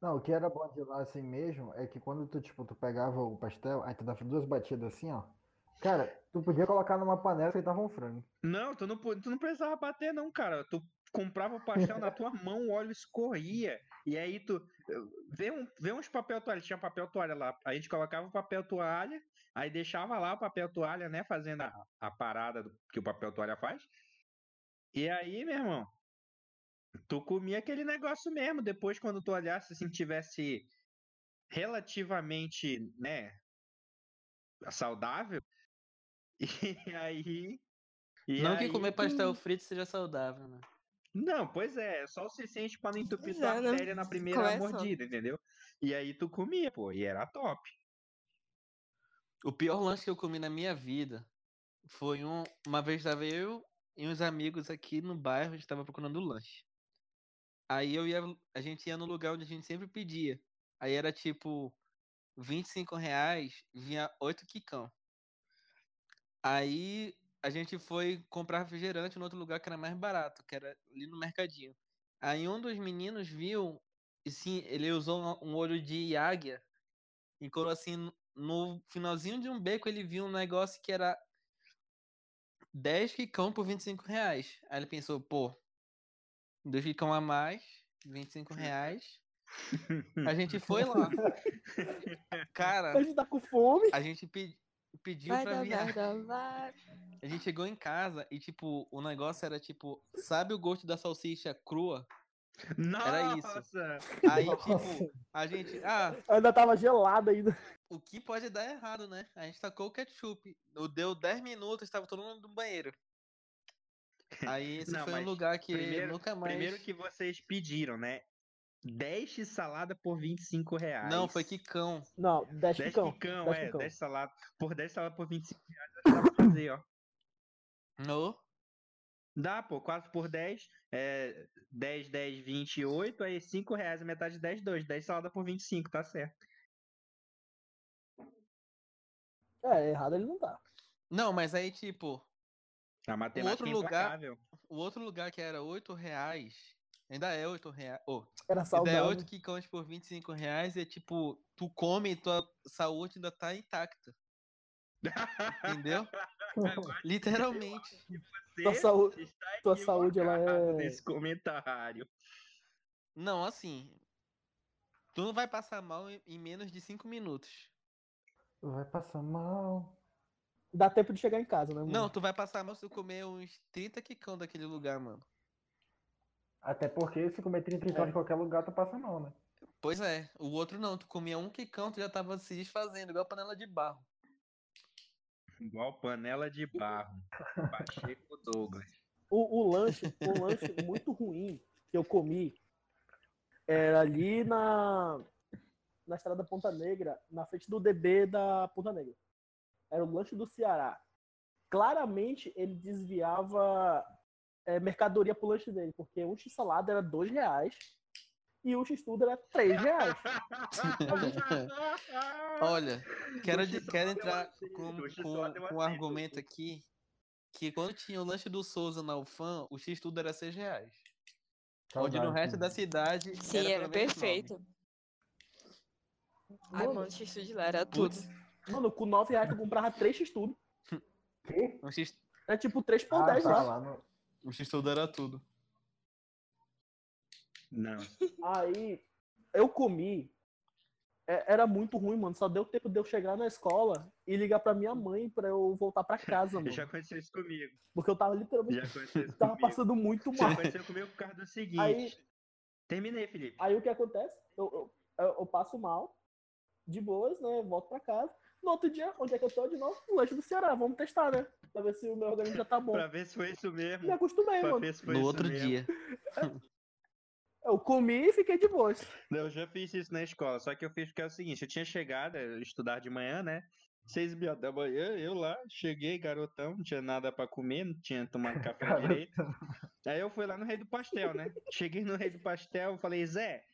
[SPEAKER 4] Não, o que era bom de lá assim mesmo é que quando tu, tipo, tu pegava o pastel, aí tu dava duas batidas assim, ó. Cara, tu podia colocar numa panela e fritava um frango.
[SPEAKER 6] Não, tu não, po- tu não precisava bater, não, cara. Tu comprava o pastel na tua mão, o óleo escorria. E aí tu. Vê, um, vê uns papel toalha, tinha papel toalha lá. A gente colocava o papel toalha, aí deixava lá o papel toalha, né? Fazendo a, a parada do- que o papel toalha faz. E aí, meu irmão, tu comia aquele negócio mesmo. Depois, quando tu olhasse, assim, tivesse relativamente, né? Saudável. E aí. e
[SPEAKER 3] não que
[SPEAKER 6] aí
[SPEAKER 3] comer
[SPEAKER 6] tu-
[SPEAKER 3] pastel frito seja saudável, né?
[SPEAKER 6] não, pois é, é só o suficiente pra não entupir
[SPEAKER 5] Pois
[SPEAKER 6] tua
[SPEAKER 5] é, né?
[SPEAKER 6] artéria na primeira
[SPEAKER 5] Começa.
[SPEAKER 6] mordida, entendeu? E aí tu comia, pô, e era top.
[SPEAKER 3] O pior lanche que eu comi na minha vida foi um. Uma vez tava eu e uns amigos aqui no bairro, a gente tava procurando lanche. Aí eu ia. A gente ia no lugar onde a gente sempre pedia. Aí era tipo 25 reais, vinha 8 quicão. Aí a gente foi comprar refrigerante no outro lugar que era mais barato, que era ali no mercadinho. Aí um dos meninos viu, e sim, ele usou um- um olho de águia e colou assim no finalzinho de um beco ele viu um negócio que era 10 quicão por 25 reais. Aí ele pensou, pô, 2 quicão a mais, 25 reais. A gente foi lá.
[SPEAKER 1] A
[SPEAKER 6] Ah.
[SPEAKER 3] Cara,
[SPEAKER 1] gente tá com fome.
[SPEAKER 3] a gente pe- pediu
[SPEAKER 5] Vai
[SPEAKER 3] pra é
[SPEAKER 5] dar
[SPEAKER 3] virar.
[SPEAKER 5] merda, vai.
[SPEAKER 3] A gente chegou em casa e, tipo, o negócio era tipo, sabe o gosto da salsicha crua? Era isso.
[SPEAKER 6] Nossa!
[SPEAKER 3] Aí,
[SPEAKER 4] Nossa.
[SPEAKER 3] tipo, a gente. Ah,
[SPEAKER 1] Ainda tava gelada ainda.
[SPEAKER 3] o que pode dar errado, né? A gente tacou o ketchup. No- Deu 10 minutos, tava todo mundo no banheiro. Aí esse
[SPEAKER 6] Não,
[SPEAKER 3] foi um
[SPEAKER 6] mas
[SPEAKER 3] lugar que
[SPEAKER 6] primeiro-
[SPEAKER 3] nunca mais.
[SPEAKER 6] Primeiro que vocês pediram, né? 10 de salada por 25 reais.
[SPEAKER 3] Não, foi quicão.
[SPEAKER 1] Não, 10
[SPEAKER 6] 10
[SPEAKER 1] picão.
[SPEAKER 6] picão,
[SPEAKER 1] 10
[SPEAKER 6] é,
[SPEAKER 1] picão.
[SPEAKER 6] 10 salada. Por 10 salada por 25 reais, acho que dá pra fazer, ó.
[SPEAKER 3] No.
[SPEAKER 6] Dá, pô, 4 por 10, é, 10, 10, 28, aí 5 reais, a metade de 10, 2. 10 salada por 25, tá certo.
[SPEAKER 1] É, errado ele não tá.
[SPEAKER 3] Não, mas aí, tipo,
[SPEAKER 6] A matemática é
[SPEAKER 3] lugar-
[SPEAKER 6] implacável.
[SPEAKER 3] o outro lugar que era 8 reais, Ainda é 8 reais. Ô,
[SPEAKER 1] Era
[SPEAKER 3] ainda é
[SPEAKER 1] saudável.
[SPEAKER 3] 8 quicones por 25 reais e é tipo, tu come e tua saúde ainda tá intacta. Entendeu? Literalmente.
[SPEAKER 1] Tua
[SPEAKER 6] Você
[SPEAKER 1] saúde-
[SPEAKER 6] está um
[SPEAKER 1] tua saúde, ela
[SPEAKER 6] equivocado
[SPEAKER 1] é-
[SPEAKER 6] Nesse comentário.
[SPEAKER 3] Não, assim. Tu não vai passar mal em- em menos de 5 minutos.
[SPEAKER 4] Vai passar mal.
[SPEAKER 1] Dá tempo de chegar em casa, né? mano?
[SPEAKER 3] Não, tu vai passar mal se tu comer uns 30 quicão daquele lugar, mano.
[SPEAKER 4] Até porque se comer
[SPEAKER 3] É.
[SPEAKER 4] 30 então em qualquer lugar, tu passa mal, né?
[SPEAKER 3] Pois é, o outro não, tu comia um quicão, tu já tava se desfazendo, igual panela de barro.
[SPEAKER 6] Igual panela de barro. Pacheco Douglas.
[SPEAKER 1] O, o lanche, o lanche muito ruim que eu comi era ali na, na estrada Ponta Negra, na frente do DB da Ponta Negra. Era o lanche do Ceará. Claramente ele desviava eh, mercadoria pro lanche dele, porque um x-salada era dois reais e um x-tudo era três reais. Tá
[SPEAKER 3] Olha, quero,
[SPEAKER 6] Hoje
[SPEAKER 3] de-
[SPEAKER 6] só
[SPEAKER 3] quero
[SPEAKER 6] deu
[SPEAKER 3] entrar
[SPEAKER 6] atrito,
[SPEAKER 3] com,
[SPEAKER 6] hoje só
[SPEAKER 3] com,
[SPEAKER 6] deu
[SPEAKER 3] com um
[SPEAKER 6] atrito.
[SPEAKER 3] argumento aqui, que quando tinha o lanche do Souza na UFAM, o X tudo era 6 reais. onde no
[SPEAKER 4] Saudades,
[SPEAKER 3] resto da
[SPEAKER 4] né?
[SPEAKER 3] cidade
[SPEAKER 5] Sim,
[SPEAKER 3] era,
[SPEAKER 5] era,
[SPEAKER 3] pelo menos nove.
[SPEAKER 5] perfeito. Ai, mano, xixi de lá era tudo.
[SPEAKER 3] Putz,
[SPEAKER 1] Mano, com nove reais eu comprava três x-tudo.
[SPEAKER 4] Quê?
[SPEAKER 3] o um X,
[SPEAKER 1] Era tipo três por
[SPEAKER 4] Ah,
[SPEAKER 1] dez
[SPEAKER 3] né?
[SPEAKER 4] tá,
[SPEAKER 1] lá.
[SPEAKER 4] lá no...
[SPEAKER 3] o X tudo era tudo.
[SPEAKER 6] Não.
[SPEAKER 1] Tá Aí eu comi. É- Era muito ruim, mano. Só deu tempo de eu chegar na escola e ligar pra minha mãe pra eu voltar pra casa, mano.
[SPEAKER 6] Já aconteceu isso comigo.
[SPEAKER 1] Porque eu tava literalmente
[SPEAKER 6] Já aconteceu isso
[SPEAKER 1] tava
[SPEAKER 6] comigo.
[SPEAKER 1] passando muito
[SPEAKER 6] Já
[SPEAKER 1] mal.
[SPEAKER 6] aconteceu comigo por causa do seguinte.
[SPEAKER 1] Aí- Tá
[SPEAKER 6] Terminei, Felipe.
[SPEAKER 1] Aí o que acontece? Eu, eu, eu- eu passo mal, de boas, né? Volto pra casa. No outro dia, onde é que eu tô de novo? No lanche do Ceará. Vamos testar, né? Pra ver se o meu organismo já tá bom.
[SPEAKER 6] Pra ver se foi isso
[SPEAKER 1] Me
[SPEAKER 6] mesmo.
[SPEAKER 1] acostumei,
[SPEAKER 6] Pra
[SPEAKER 1] mano.
[SPEAKER 6] ver se foi
[SPEAKER 3] No
[SPEAKER 6] isso
[SPEAKER 3] outro
[SPEAKER 6] mesmo.
[SPEAKER 3] dia.
[SPEAKER 1] Eu comi e fiquei de boas.
[SPEAKER 6] Não, Eu já fiz isso na escola, só que eu fiz porque é o seguinte, eu tinha chegado a estudar de manhã, né? Seis e meia da manhã, eu lá, cheguei, garotão, não tinha nada pra comer, não tinha tomado café direito. Aí eu fui lá no Rei do Pastel, né? Cheguei no Rei do Pastel, falei, Zé,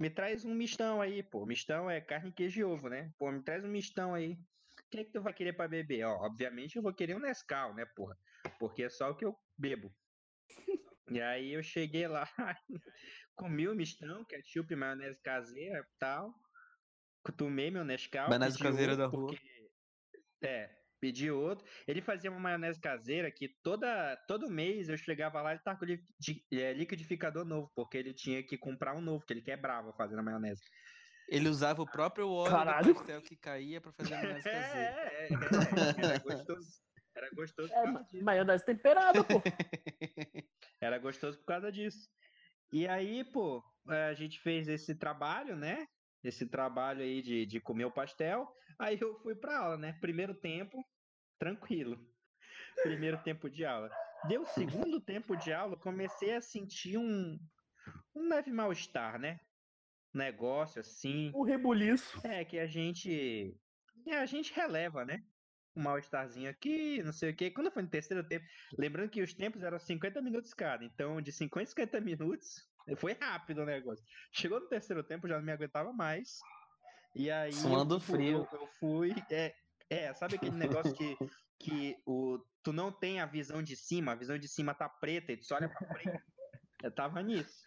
[SPEAKER 6] me traz um mistão aí, pô. Mistão é carne, queijo e ovo, né? Pô, me traz um mistão aí. O que é que tu vai querer pra beber? Ó, obviamente eu vou querer um Nescau, né, porra? Porque é só o que eu bebo. E aí eu cheguei lá, comi o mistão, ketchup, maionese caseira e tal. Tomei meu Nescau.
[SPEAKER 3] Maionese
[SPEAKER 6] pedi
[SPEAKER 3] caseira
[SPEAKER 6] outro
[SPEAKER 3] da rua.
[SPEAKER 6] porque- É, pedi outro. Ele fazia uma maionese caseira que toda, todo mês eu chegava lá e tava com li- de- é, liquidificador novo, porque ele tinha que comprar um novo, que ele quebrava fazendo a maionese.
[SPEAKER 3] Ele usava o próprio óleo
[SPEAKER 1] Caralho.
[SPEAKER 3] do pastel que caía pra fazer a
[SPEAKER 6] É,
[SPEAKER 3] maionese caseira.
[SPEAKER 6] é, é, é, era gostoso. Era gostoso por
[SPEAKER 1] É,
[SPEAKER 6] causa
[SPEAKER 1] ma- maionese temperada, pô.
[SPEAKER 6] Era gostoso por causa disso. E aí, pô, eh, a gente fez esse trabalho, né? Esse trabalho aí de, de comer o pastel. Aí eu fui pra aula, né? Primeiro tempo, tranquilo. Primeiro tempo de aula. Deu o segundo tempo de aula, eu comecei a sentir um, um leve mal-estar, né? Negócio assim.
[SPEAKER 1] Um rebuliço.
[SPEAKER 6] É que a gente. é, a gente releva, né? Um mal-estarzinho aqui, não sei o quê. Quando foi no terceiro tempo. Lembrando que os tempos eram 50 minutos cada. Então, de 50 a 50 minutos, eh, foi rápido o negócio. Chegou no terceiro tempo, eu já não me aguentava mais. E aí.
[SPEAKER 3] Suando
[SPEAKER 6] eu, fui-
[SPEAKER 3] frio.
[SPEAKER 6] Eu, eu fui. É, é, sabe aquele negócio que, que o, tu não tem a visão de cima, a visão de cima tá preta e tu só olha pra frente? Eu tava nisso.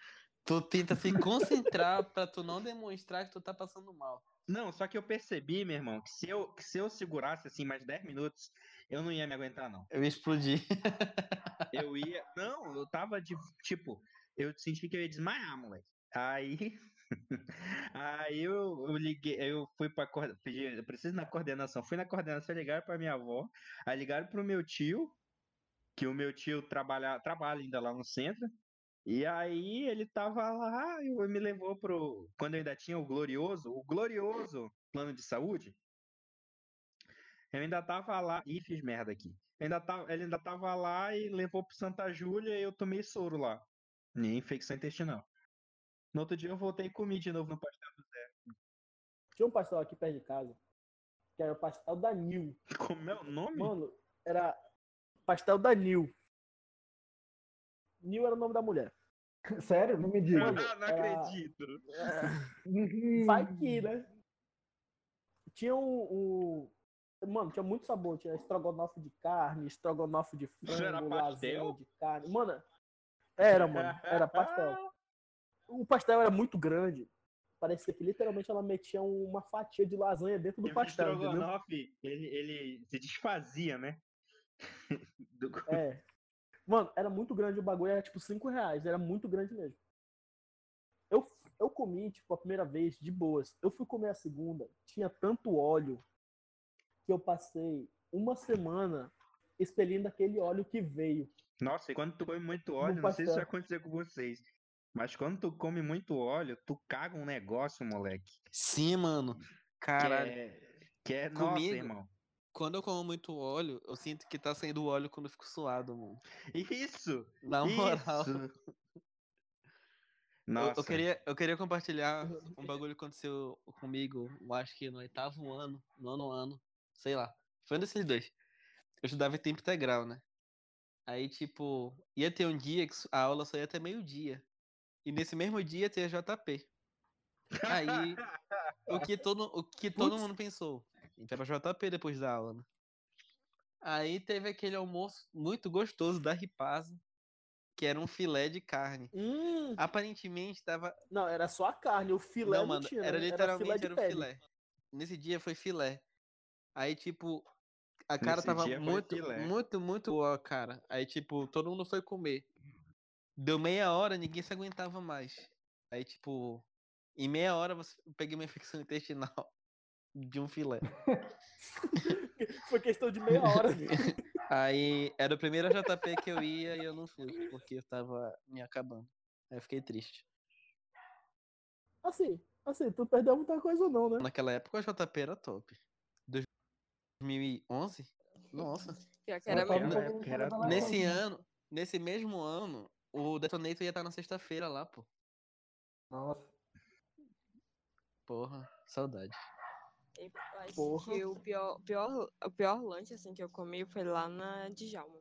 [SPEAKER 3] Tu tenta se concentrar pra tu não demonstrar que tu tá passando mal.
[SPEAKER 6] Não, só que eu percebi, meu irmão, que se eu, que se eu segurasse assim mais 10 minutos, eu não ia me aguentar, não.
[SPEAKER 3] Eu explodi.
[SPEAKER 6] Eu ia. Não, eu tava de. Tipo, eu senti que eu ia desmaiar, moleque. Aí. aí eu, eu liguei, eu fui pra coordenação. Eu preciso ir na coordenação. Fui na coordenação, ligaram pra minha avó. Aí ligaram pro meu tio, que o meu tio trabalha, trabalha ainda lá no centro. E aí ele tava lá, e me levou pro. Quando eu ainda tinha o Glorioso, o Glorioso Plano de Saúde. Eu ainda tava lá. Ih, fiz merda aqui. Eu ainda tava, ele ainda tava lá e levou pro Santa Júlia e eu tomei soro lá. Nem infecção intestinal. No outro dia eu voltei e comi de novo no pastel.
[SPEAKER 1] Tinha um pastel aqui perto de casa, que era o pastel da Nil.
[SPEAKER 6] Como é o nome?
[SPEAKER 1] Mano, era pastel da Nil. Nil era o nome da mulher.
[SPEAKER 4] Sério? Não me diga.
[SPEAKER 1] mano,
[SPEAKER 6] não
[SPEAKER 1] era-
[SPEAKER 6] acredito.
[SPEAKER 1] é
[SPEAKER 4] Hum.
[SPEAKER 1] Vai que, né? Tinha um, um- Mano, tinha muito sabor. Tinha estrogonofe de carne, estrogonofe de
[SPEAKER 6] era
[SPEAKER 1] frango,
[SPEAKER 6] pastel?
[SPEAKER 1] lasanha de carne. Mano, era, mano. Era pastel. O pastel era muito grande. Parecia que literalmente ela metia uma fatia de lasanha dentro do
[SPEAKER 6] E o
[SPEAKER 1] pastel, entendeu?
[SPEAKER 6] estrogonofe, ele, ele se desfazia, né? Do-
[SPEAKER 1] É. Mano, era muito grande o bagulho, era tipo 5 reais, era muito grande mesmo. Eu, eu comi, tipo, a primeira vez, de boas. Eu fui comer a segunda, tinha tanto óleo que eu passei uma semana expelindo aquele óleo que veio.
[SPEAKER 6] Nossa, e quando tu come muito óleo, não sei se isso aconteceu com vocês, mas quando tu come muito óleo, tu caga um negócio, moleque.
[SPEAKER 3] Sim, mano.
[SPEAKER 6] Que
[SPEAKER 3] Caralho.
[SPEAKER 6] é, que é nossa,
[SPEAKER 3] Comigo?
[SPEAKER 6] irmão.
[SPEAKER 3] Quando eu como muito óleo, eu sinto que tá saindo óleo quando eu fico suado, mano.
[SPEAKER 6] Isso!
[SPEAKER 3] Na moral.
[SPEAKER 6] Isso!
[SPEAKER 3] Eu- Eu,
[SPEAKER 6] Nossa,
[SPEAKER 3] queria, eu queria compartilhar um bagulho que aconteceu comigo, eu acho que no oitavo ano, nono ano, sei lá. Foi um desses dois. Eu estudava em tempo integral, né? Aí, tipo, ia ter um dia que a aula só ia até meio-dia. E nesse mesmo dia ter JP. Aí, o que todo, o que todo
[SPEAKER 1] Putz.
[SPEAKER 3] mundo pensou. A gente vai pra JP depois da aula, né? Aí teve aquele almoço muito gostoso da Ripasa, que era um filé de carne.
[SPEAKER 1] Hum,
[SPEAKER 3] Aparentemente tava
[SPEAKER 1] não, era só a carne, o filé
[SPEAKER 3] não,
[SPEAKER 1] não,
[SPEAKER 3] mano,
[SPEAKER 1] tinha, né?
[SPEAKER 3] era
[SPEAKER 1] filé
[SPEAKER 3] literalmente
[SPEAKER 1] de
[SPEAKER 3] era, o
[SPEAKER 1] pele.
[SPEAKER 3] filé. Nesse dia foi filé. Aí, tipo, a cara
[SPEAKER 6] Nesse
[SPEAKER 3] tava
[SPEAKER 6] dia foi
[SPEAKER 3] muito,
[SPEAKER 6] filé.
[SPEAKER 3] muito, muito boa, cara. Aí, tipo, todo mundo foi comer. Deu meia hora, ninguém se aguentava mais. Aí, tipo, em meia hora você- eu peguei uma infecção intestinal de um filé.
[SPEAKER 1] Foi questão de meia hora.
[SPEAKER 3] Aí era o primeiro JP que eu ia e eu não fui, porque eu tava me acabando. Aí eu fiquei triste.
[SPEAKER 1] Assim, assim, tu perdeu muita coisa não, né?
[SPEAKER 3] Naquela época a JP era top. 2011? Nossa.
[SPEAKER 5] Pior que
[SPEAKER 4] Ela
[SPEAKER 5] era
[SPEAKER 4] tava
[SPEAKER 5] mesmo.
[SPEAKER 4] um pouco
[SPEAKER 6] época
[SPEAKER 4] inflamada
[SPEAKER 6] era-
[SPEAKER 4] lá
[SPEAKER 3] Nesse
[SPEAKER 4] dentro.
[SPEAKER 3] ano, nesse mesmo ano, o Detonator ia estar na sexta-feira lá, pô.
[SPEAKER 4] Nossa.
[SPEAKER 3] Porra, saudade.
[SPEAKER 5] Eu acho
[SPEAKER 1] Porra.
[SPEAKER 5] que o pior, pior, o pior lanche assim, que eu comi foi lá na Djalma.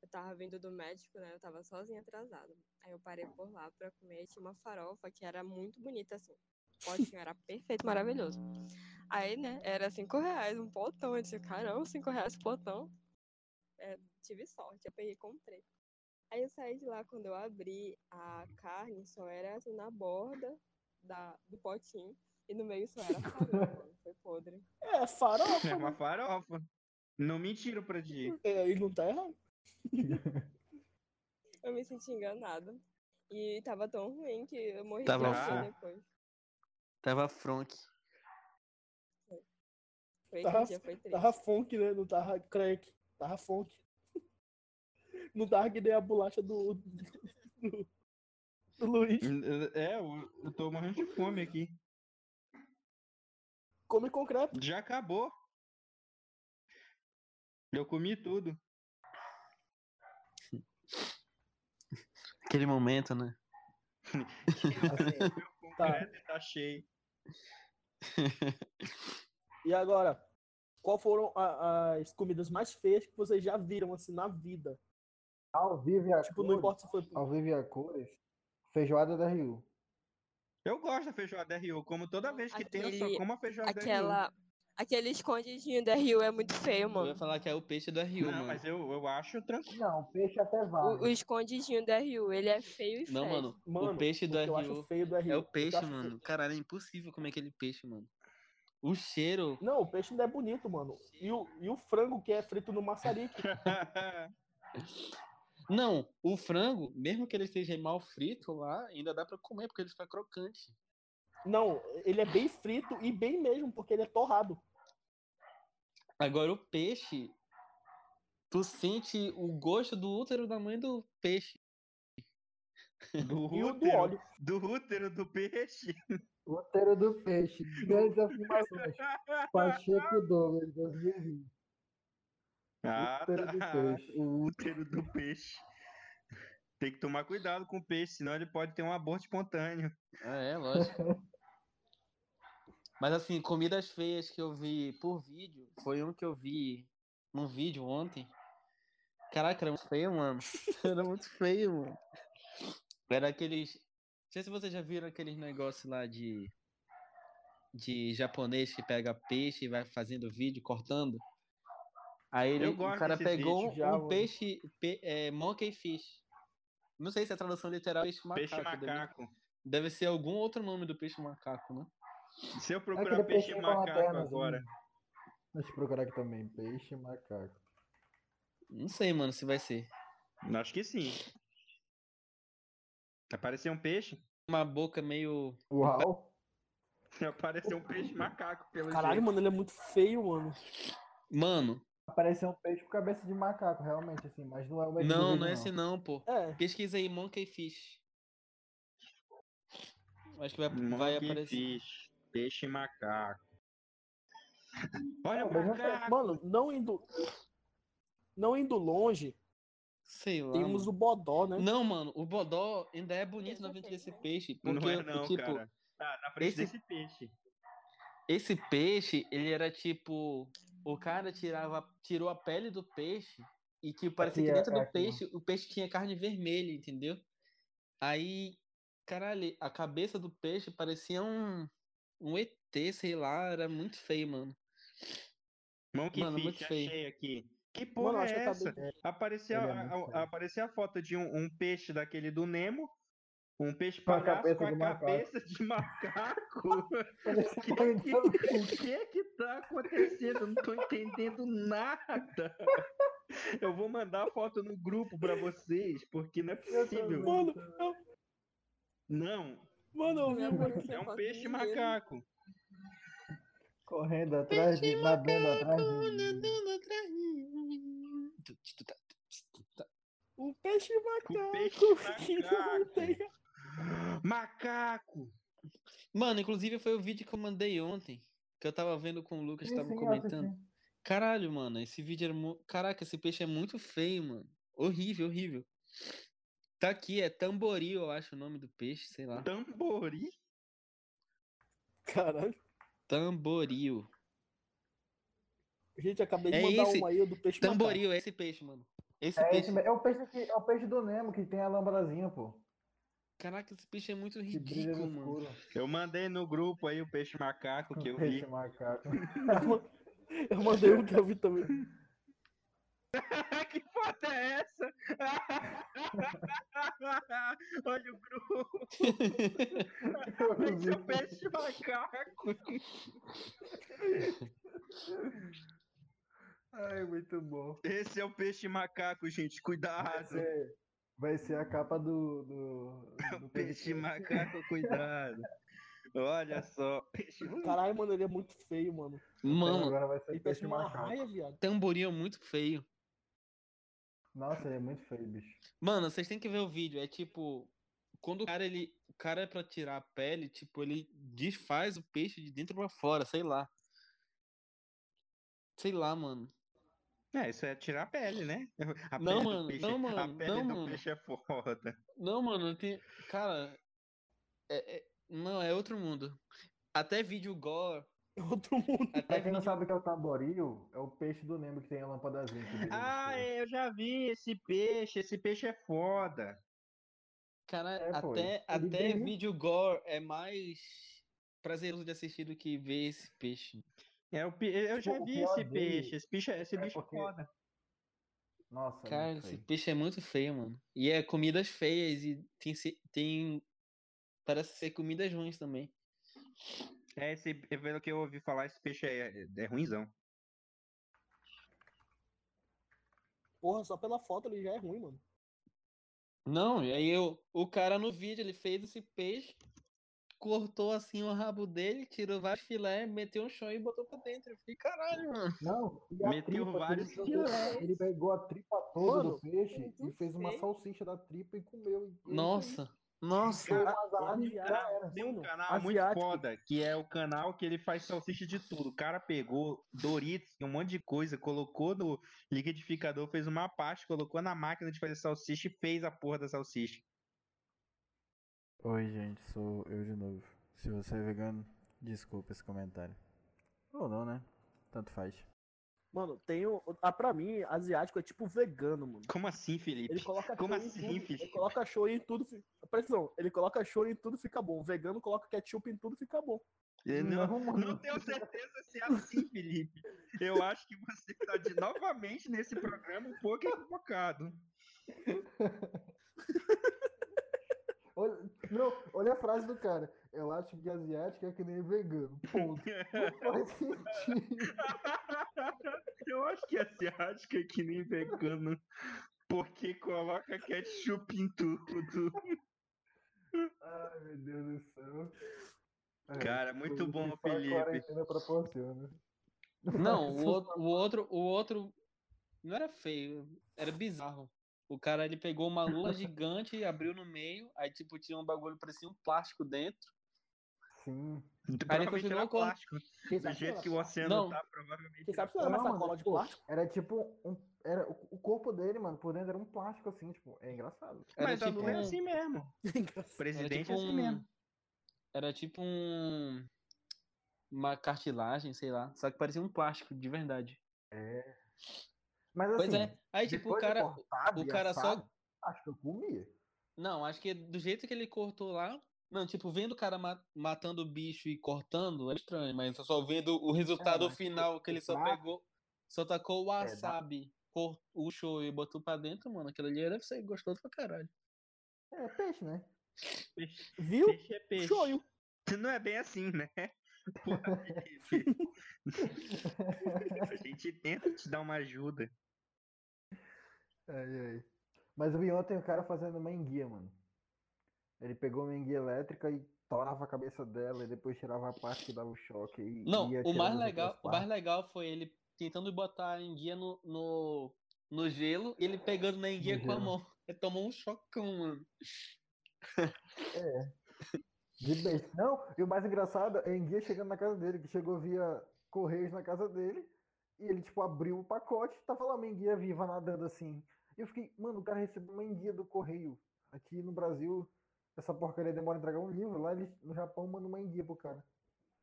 [SPEAKER 5] Eu tava vindo do médico, né? Eu tava sozinha atrasada. Aí eu parei por lá pra comer. Tinha uma farofa que era muito bonita, assim. O potinho era perfeito, maravilhoso. Aí, né? Era cinco reais um potão. Eu disse, caramba, cinco reais potão. É, tive sorte, eu peguei e comprei. Aí eu saí de lá, quando eu abri, a carne só era assim na borda da, do potinho. E no meio só era farofa. mano. Foi podre.
[SPEAKER 1] É, farofa.
[SPEAKER 6] é
[SPEAKER 1] né?
[SPEAKER 6] uma farofa. Não mentiram pra ti.
[SPEAKER 1] É, e não tá errado.
[SPEAKER 5] Eu me senti enganada. E tava tão ruim que eu morri
[SPEAKER 3] Tava
[SPEAKER 5] de
[SPEAKER 6] frio.
[SPEAKER 5] fome depois.
[SPEAKER 3] Tava Frank.
[SPEAKER 5] Foi esse
[SPEAKER 1] Tava-
[SPEAKER 5] dia, foi triste.
[SPEAKER 1] Tava funk, né? Não tava crack. Tava funk. Não tava que nem a bolacha do. do, do Luiz.
[SPEAKER 6] É, eu eu tô morrendo de fome aqui.
[SPEAKER 1] Come concreto.
[SPEAKER 6] Já acabou. Eu comi tudo.
[SPEAKER 3] Aquele momento, né?
[SPEAKER 1] Tá.
[SPEAKER 6] Tá cheio.
[SPEAKER 1] E agora? Qual foram a- as comidas mais feias que vocês já viram, assim, na vida?
[SPEAKER 4] Ao vivo e a
[SPEAKER 1] Tipo, não
[SPEAKER 4] cores.
[SPEAKER 1] importa se foi.
[SPEAKER 4] Ao vivo e a cores. Feijoada da Rio.
[SPEAKER 6] Eu gosto da feijoada RU, como toda vez que tem, eu só
[SPEAKER 5] Aquele-
[SPEAKER 6] como a feijoada RU.
[SPEAKER 5] Aquela, aquele escondidinho da Rio é muito feio,
[SPEAKER 3] Eu ia
[SPEAKER 5] mano.
[SPEAKER 3] falar que é o peixe da Rio,
[SPEAKER 6] Não,
[SPEAKER 3] mano.
[SPEAKER 6] mas eu, eu acho tranquilo.
[SPEAKER 4] Não, peixe até vai.
[SPEAKER 5] O, o escondidinho da Rio, ele é feio e
[SPEAKER 3] é Não,
[SPEAKER 5] fede.
[SPEAKER 3] mano.
[SPEAKER 1] Mano,
[SPEAKER 3] o peixe
[SPEAKER 1] o que
[SPEAKER 3] da
[SPEAKER 1] eu acho
[SPEAKER 3] Rio
[SPEAKER 1] feio do RU.
[SPEAKER 3] é o
[SPEAKER 1] que eu
[SPEAKER 3] peixe,
[SPEAKER 1] acho feio.
[SPEAKER 3] mano. Caralho, é impossível comer aquele peixe, mano. O cheiro.
[SPEAKER 1] Não, o peixe ainda é bonito, mano. E o, e o frango que é frito no maçarico.
[SPEAKER 3] Não, o frango, mesmo que ele esteja mal frito lá, ainda dá pra comer, porque ele fica crocante.
[SPEAKER 1] Não, ele é bem frito e bem mesmo, porque ele é torrado.
[SPEAKER 3] Agora o peixe. Tu sente o gosto do útero da mãe do peixe.
[SPEAKER 6] do
[SPEAKER 1] E o do
[SPEAKER 6] útero-
[SPEAKER 1] óleo.
[SPEAKER 6] do útero do peixe.
[SPEAKER 4] O roteiro do peixe. Grandes afirmações. Pacheco Douglas, 2020.
[SPEAKER 6] Ah,
[SPEAKER 4] Útero do
[SPEAKER 6] tá.
[SPEAKER 4] peixe.
[SPEAKER 6] O útero do peixe. Tem que tomar cuidado com o peixe, senão ele pode ter um aborto espontâneo.
[SPEAKER 3] Ah, é, lógico. Mas assim, comidas feias que eu vi por vídeo, foi um que eu vi num vídeo ontem. Caraca, era muito feio, mano. Era muito feio, mano. Era aqueles. Não sei se vocês já viram aqueles negócios lá de. De japonês que pega peixe e vai fazendo vídeo, cortando. Aí ele,
[SPEAKER 6] Eu
[SPEAKER 3] o
[SPEAKER 6] gosto
[SPEAKER 3] cara
[SPEAKER 6] desses
[SPEAKER 3] pegou
[SPEAKER 6] vídeos,
[SPEAKER 3] um,
[SPEAKER 1] já, mano.
[SPEAKER 3] peixe. Pe, é, monkey fish. Não sei se a tradução literal é esse
[SPEAKER 6] Peixe
[SPEAKER 3] macaco. deve-
[SPEAKER 6] macaco.
[SPEAKER 3] Deve ser algum outro nome do peixe macaco, né?
[SPEAKER 6] Se eu
[SPEAKER 4] É
[SPEAKER 6] procurar
[SPEAKER 4] aquele
[SPEAKER 6] peixe
[SPEAKER 4] peixinho com
[SPEAKER 6] macaco
[SPEAKER 4] lanternazinha.
[SPEAKER 6] agora.
[SPEAKER 4] né? Deixa eu procurar aqui também. Peixe macaco.
[SPEAKER 3] Não sei, mano, se vai ser.
[SPEAKER 6] Acho que sim. Apareceu um peixe?
[SPEAKER 3] Uma boca meio.
[SPEAKER 4] Uau!
[SPEAKER 6] Apareceu um peixe macaco, pelo
[SPEAKER 1] Caralho,
[SPEAKER 6] jeito.
[SPEAKER 1] mano, ele é muito feio, mano.
[SPEAKER 3] Mano,
[SPEAKER 4] Apareceu um peixe com cabeça de macaco, realmente, assim, mas não é o mesmo
[SPEAKER 3] não,
[SPEAKER 4] vídeo,
[SPEAKER 3] não é esse não, pô.
[SPEAKER 1] É,
[SPEAKER 3] Pesquisa aí, Monkey Fish. Acho que vai, vai
[SPEAKER 6] Monkey
[SPEAKER 3] aparecer.
[SPEAKER 6] fish, Peixe macaco. Olha o
[SPEAKER 4] mas não
[SPEAKER 6] macaco.
[SPEAKER 1] mano, não indo. Não indo longe,
[SPEAKER 3] Sei lá.
[SPEAKER 1] temos
[SPEAKER 3] mano.
[SPEAKER 1] o Bodó, né?
[SPEAKER 3] Não, mano, o Bodó ainda é bonito na
[SPEAKER 5] um, Esse
[SPEAKER 3] frente
[SPEAKER 5] é feio,
[SPEAKER 3] desse
[SPEAKER 5] né?
[SPEAKER 3] peixe.
[SPEAKER 6] Não
[SPEAKER 3] Porque,
[SPEAKER 6] é não,
[SPEAKER 3] tipo,
[SPEAKER 6] cara. Tá na frente
[SPEAKER 3] esse-
[SPEAKER 6] desse peixe.
[SPEAKER 3] Esse peixe, ele era tipo. O cara tirava, tirou a pele do peixe e tipo, parecia que
[SPEAKER 4] Aqui é-
[SPEAKER 3] dentro
[SPEAKER 4] é
[SPEAKER 3] do
[SPEAKER 4] aqui, ó.
[SPEAKER 3] peixe, o peixe tinha carne vermelha, entendeu? Aí, caralho, a cabeça do peixe parecia um, um ET, sei lá, era muito feio, mano.
[SPEAKER 6] Monkey
[SPEAKER 3] Mano, muito
[SPEAKER 6] Fish,
[SPEAKER 3] feio.
[SPEAKER 6] achei aqui. Que porra
[SPEAKER 1] Mano, acho
[SPEAKER 6] é
[SPEAKER 1] que tá eu
[SPEAKER 6] essa?
[SPEAKER 1] acabei.
[SPEAKER 6] Apareceu,
[SPEAKER 4] Ele é
[SPEAKER 6] a,
[SPEAKER 4] muito
[SPEAKER 6] a-
[SPEAKER 4] feio.
[SPEAKER 6] apareceu a foto de um, um peixe daquele do Nemo. Um peixe
[SPEAKER 4] Com a
[SPEAKER 6] palhaço
[SPEAKER 4] cabeça
[SPEAKER 6] com a
[SPEAKER 4] de macaco.
[SPEAKER 6] cabeça de macaco.
[SPEAKER 4] Parece
[SPEAKER 6] Que-
[SPEAKER 4] um
[SPEAKER 6] que-
[SPEAKER 4] então.
[SPEAKER 6] o que é que tá acontecendo? Eu não tô entendendo nada. Eu vou mandar a foto no grupo pra vocês, porque não é possível.
[SPEAKER 1] Mano,
[SPEAKER 6] Não,
[SPEAKER 1] mano, eu vi uma aqui.
[SPEAKER 6] é um peixe
[SPEAKER 5] macaco.
[SPEAKER 6] macaco.
[SPEAKER 4] Correndo atrás de. Nadando atrás de.
[SPEAKER 1] Um peixe
[SPEAKER 4] Tá
[SPEAKER 1] macaco.
[SPEAKER 6] Um peixe
[SPEAKER 1] que não tem-
[SPEAKER 6] macaco. Macaco.
[SPEAKER 3] Mano, inclusive foi o vídeo que eu mandei ontem, que eu tava vendo com o Lucas,
[SPEAKER 4] Sim, é
[SPEAKER 3] tava
[SPEAKER 4] sim, eu
[SPEAKER 3] comentando.
[SPEAKER 4] assisti.
[SPEAKER 3] Caralho, mano, esse vídeo era. mu- Caraca, esse peixe é muito feio, mano. Horrível, horrível. Tá aqui, é tamboril, eu acho o nome do peixe, sei lá.
[SPEAKER 6] Tambori.
[SPEAKER 1] Caralho.
[SPEAKER 3] Tamboril.
[SPEAKER 1] Gente, acabei de
[SPEAKER 3] É
[SPEAKER 1] mandar
[SPEAKER 3] esse-
[SPEAKER 1] uma aí do peixe macaco.
[SPEAKER 3] Tamboril é esse peixe, mano. Esse
[SPEAKER 4] É,
[SPEAKER 3] peixe.
[SPEAKER 4] esse, mesmo. é, o peixe que, é o peixe do Nemo que tem a lambrazinha, pô.
[SPEAKER 3] Caraca, esse peixe é muito
[SPEAKER 4] Que brilha
[SPEAKER 3] ridículo,
[SPEAKER 4] no
[SPEAKER 3] mano.
[SPEAKER 4] escuro.
[SPEAKER 6] Eu mandei no grupo aí o peixe macaco que eu vi.
[SPEAKER 4] Peixe macaco.
[SPEAKER 1] Eu mandei um que eu vi também.
[SPEAKER 6] que foto é essa? Olha o grupo, esse é o peixe macaco.
[SPEAKER 4] Ai, muito bom.
[SPEAKER 6] Esse é o peixe macaco, gente.
[SPEAKER 4] Vai
[SPEAKER 6] Cuidado.
[SPEAKER 4] ser, vai ser a capa do. do, do
[SPEAKER 6] Peixe macaco, cuidado. Olha só. Peixe...
[SPEAKER 1] Caralho, mano, ele é muito feio, mano.
[SPEAKER 3] tá Mano,
[SPEAKER 4] Agora vai ser
[SPEAKER 1] Ele parece
[SPEAKER 4] peixe
[SPEAKER 1] uma
[SPEAKER 4] macaco.
[SPEAKER 1] raia, viado.
[SPEAKER 3] tamboril é muito feio.
[SPEAKER 4] Nossa, ele é muito feio, bicho.
[SPEAKER 3] Mano, vocês têm que ver o vídeo. É tipo. Quando o cara, ele. O cara é pra tirar a pele, tipo, ele desfaz o peixe de dentro pra fora, sei lá. Sei lá, mano.
[SPEAKER 6] É, isso é tirar a pele, né? A
[SPEAKER 3] Não,
[SPEAKER 6] pele do
[SPEAKER 3] mano,
[SPEAKER 6] peixe-
[SPEAKER 3] não,
[SPEAKER 6] A
[SPEAKER 3] mano,
[SPEAKER 6] pele
[SPEAKER 3] não,
[SPEAKER 6] do
[SPEAKER 3] mano.
[SPEAKER 6] peixe é foda.
[SPEAKER 3] Não, mano, tem. Cara. É, é- Não, é outro mundo. Até vídeo gore.
[SPEAKER 1] É Outro mundo.
[SPEAKER 3] Até
[SPEAKER 4] Pra quem não
[SPEAKER 3] vídeo...
[SPEAKER 4] sabe o que é o tamboril, é o peixe do Nemo que tem a lâmpadazinha. que brilha no
[SPEAKER 6] Ah,
[SPEAKER 4] escuro.
[SPEAKER 6] eu já vi esse peixe. Esse peixe é foda.
[SPEAKER 3] Cara,
[SPEAKER 4] É, pô,
[SPEAKER 3] até,
[SPEAKER 4] ele
[SPEAKER 3] até
[SPEAKER 4] tem muito-
[SPEAKER 3] vídeo gore é mais prazeroso de assistir do que ver esse peixe.
[SPEAKER 6] É, o pe- eu
[SPEAKER 4] Tipo,
[SPEAKER 6] já
[SPEAKER 4] o
[SPEAKER 6] vi
[SPEAKER 4] pior
[SPEAKER 6] esse
[SPEAKER 4] dele
[SPEAKER 6] peixe. Esse bicho, esse
[SPEAKER 4] é
[SPEAKER 6] bicho é
[SPEAKER 4] porque-
[SPEAKER 6] foda.
[SPEAKER 4] Nossa,
[SPEAKER 3] Cara,
[SPEAKER 4] muito
[SPEAKER 3] esse
[SPEAKER 4] feio.
[SPEAKER 3] peixe é muito feio, mano. E é comidas feias e tem. se- tem... Parece ser comidas ruins também.
[SPEAKER 6] É, esse, pelo que eu ouvi falar, esse peixe é, é ruinzão.
[SPEAKER 1] Porra, só pela foto ele já é ruim, mano.
[SPEAKER 3] Não, e aí eu, o cara no vídeo, ele fez esse peixe, cortou assim o rabo dele, tirou vários filé, meteu um chão e botou pra dentro. Eu fiquei, caralho, mano.
[SPEAKER 4] Não, e a
[SPEAKER 6] Meteu
[SPEAKER 4] tripa, que
[SPEAKER 6] vários
[SPEAKER 4] ele, pegou,
[SPEAKER 6] quilos.
[SPEAKER 4] ele pegou a tripa toda
[SPEAKER 1] Mano,
[SPEAKER 4] do peixe
[SPEAKER 5] muito
[SPEAKER 4] e fez uma
[SPEAKER 5] feio.
[SPEAKER 4] salsicha da tripa e comeu. E- e-
[SPEAKER 3] Nossa,
[SPEAKER 6] Uhum.
[SPEAKER 3] nossa.
[SPEAKER 1] Cara,
[SPEAKER 4] Ah,
[SPEAKER 1] é
[SPEAKER 4] já
[SPEAKER 1] asiático,
[SPEAKER 4] era.
[SPEAKER 6] Tá, Tem um
[SPEAKER 1] mano.
[SPEAKER 6] canal muito
[SPEAKER 1] Asiático.
[SPEAKER 6] foda, que é o canal que ele faz salsicha de tudo. O cara pegou Doritos e um monte de coisa, colocou no liquidificador, fez uma pasta, colocou na máquina de fazer salsicha e fez a porra da salsicha.
[SPEAKER 7] Oi, gente, sou eu de novo. Se você é vegano, desculpa esse comentário. Ou não, né? Tanto faz.
[SPEAKER 1] Mano, tem o. Ah, pra mim, asiático é tipo vegano, mano.
[SPEAKER 6] Como assim, Felipe?
[SPEAKER 1] Ele coloca
[SPEAKER 6] Como
[SPEAKER 1] shoyu
[SPEAKER 6] assim,
[SPEAKER 1] em tudo.
[SPEAKER 6] filho?
[SPEAKER 1] Ele coloca show em tudo. fi- Presta atenção, ele coloca show em tudo fica bom. Vegano coloca ketchup em tudo fica bom.
[SPEAKER 6] Eu não,
[SPEAKER 4] mano.
[SPEAKER 6] não tenho certeza se é assim, Felipe. Eu acho que você está de, novamente nesse programa um pouco equivocado.
[SPEAKER 4] Olha, não, olha a frase do cara. Eu acho que asiático é que nem vegano. Ponto. Não faz sentido.
[SPEAKER 6] Eu acho que asiática é que nem vegano, porque coloca ketchup em tudo.
[SPEAKER 4] Ai, meu Deus do céu. É,
[SPEAKER 6] Cara, muito
[SPEAKER 4] o que
[SPEAKER 6] bom,
[SPEAKER 4] só a
[SPEAKER 6] Felipe.
[SPEAKER 4] quarentena proporciona.
[SPEAKER 3] Não, o, outro- o outro, o outro não era feio, era bizarro. O cara ele pegou uma lula gigante, abriu no meio, aí tipo tinha um bagulho parecia um plástico dentro.
[SPEAKER 4] Sim.
[SPEAKER 6] Então, Provavelmente
[SPEAKER 3] continuou
[SPEAKER 6] era
[SPEAKER 3] com-
[SPEAKER 6] plástico.
[SPEAKER 1] Quem
[SPEAKER 6] Do
[SPEAKER 1] sabe se
[SPEAKER 6] jeito
[SPEAKER 1] não
[SPEAKER 6] que o oceano
[SPEAKER 3] Não.
[SPEAKER 6] tá, provavelmente.
[SPEAKER 1] quem
[SPEAKER 6] era.
[SPEAKER 1] sabe se não era
[SPEAKER 4] Não,
[SPEAKER 1] uma
[SPEAKER 4] mas,
[SPEAKER 1] sacola de
[SPEAKER 4] pô,
[SPEAKER 1] plástico?
[SPEAKER 4] Era tipo um. Era, o- o corpo dele, mano, por dentro era um plástico assim, tipo, é engraçado.
[SPEAKER 3] Era
[SPEAKER 6] Mas a
[SPEAKER 3] tipo
[SPEAKER 6] Lula é
[SPEAKER 3] um-
[SPEAKER 6] assim mesmo.
[SPEAKER 1] Engraçado.
[SPEAKER 3] Era
[SPEAKER 6] Presidente
[SPEAKER 3] tipo
[SPEAKER 6] é assim
[SPEAKER 3] um-
[SPEAKER 6] mesmo.
[SPEAKER 3] Era tipo um. Uma cartilagem, sei lá. Só que parecia um plástico, de verdade.
[SPEAKER 4] É. Mas assim,
[SPEAKER 3] Pois é. Aí, tipo, o
[SPEAKER 4] depois de
[SPEAKER 3] cara.
[SPEAKER 4] cortado
[SPEAKER 3] o
[SPEAKER 4] e
[SPEAKER 3] cara só-
[SPEAKER 4] assado, Acho que eu comia.
[SPEAKER 3] Não, acho que do jeito que ele cortou lá. Não, tipo, vendo o cara ma- matando o bicho e cortando, é estranho, mas eu só vendo o resultado
[SPEAKER 4] mas
[SPEAKER 3] final, que ele só
[SPEAKER 4] cortar-
[SPEAKER 3] pegou. Só tacou o
[SPEAKER 4] dá-
[SPEAKER 3] wasabi, cor- o show e botou pra dentro, mano. Aquilo ali deve ser gostoso pra caralho.
[SPEAKER 4] É peixe, né?
[SPEAKER 1] Viu?
[SPEAKER 6] Peixe é peixe.
[SPEAKER 1] Shoyu.
[SPEAKER 6] Não é bem assim, né? Porra, Felipe. A gente tenta te dar uma ajuda.
[SPEAKER 4] Ai, ai. Mas eu vi ontem o cara fazendo uma enguia, mano. Ele pegou uma enguia elétrica e torava a cabeça dela e depois tirava a parte que dava o choque. E
[SPEAKER 3] Não,
[SPEAKER 4] ia
[SPEAKER 3] o
[SPEAKER 4] tirando
[SPEAKER 3] mais
[SPEAKER 4] as outras
[SPEAKER 3] legal, o mais
[SPEAKER 4] partes.
[SPEAKER 3] legal foi ele tentando botar a enguia no, no, no gelo e ele pegando na enguia com a
[SPEAKER 4] gelo.
[SPEAKER 3] mão. Ele tomou um chocão, mano.
[SPEAKER 4] De beijo. Não, e o mais engraçado é a enguia chegando na casa dele, que chegou via Correios na casa dele. E ele, tipo, abriu o pacote tava lá uma enguia viva nadando assim. E eu fiquei, mano, o cara recebeu uma enguia do Correio. Aqui no Brasil, essa porcaria demora a entregar um livro. Lá eles, no Japão manda uma enguia pro cara.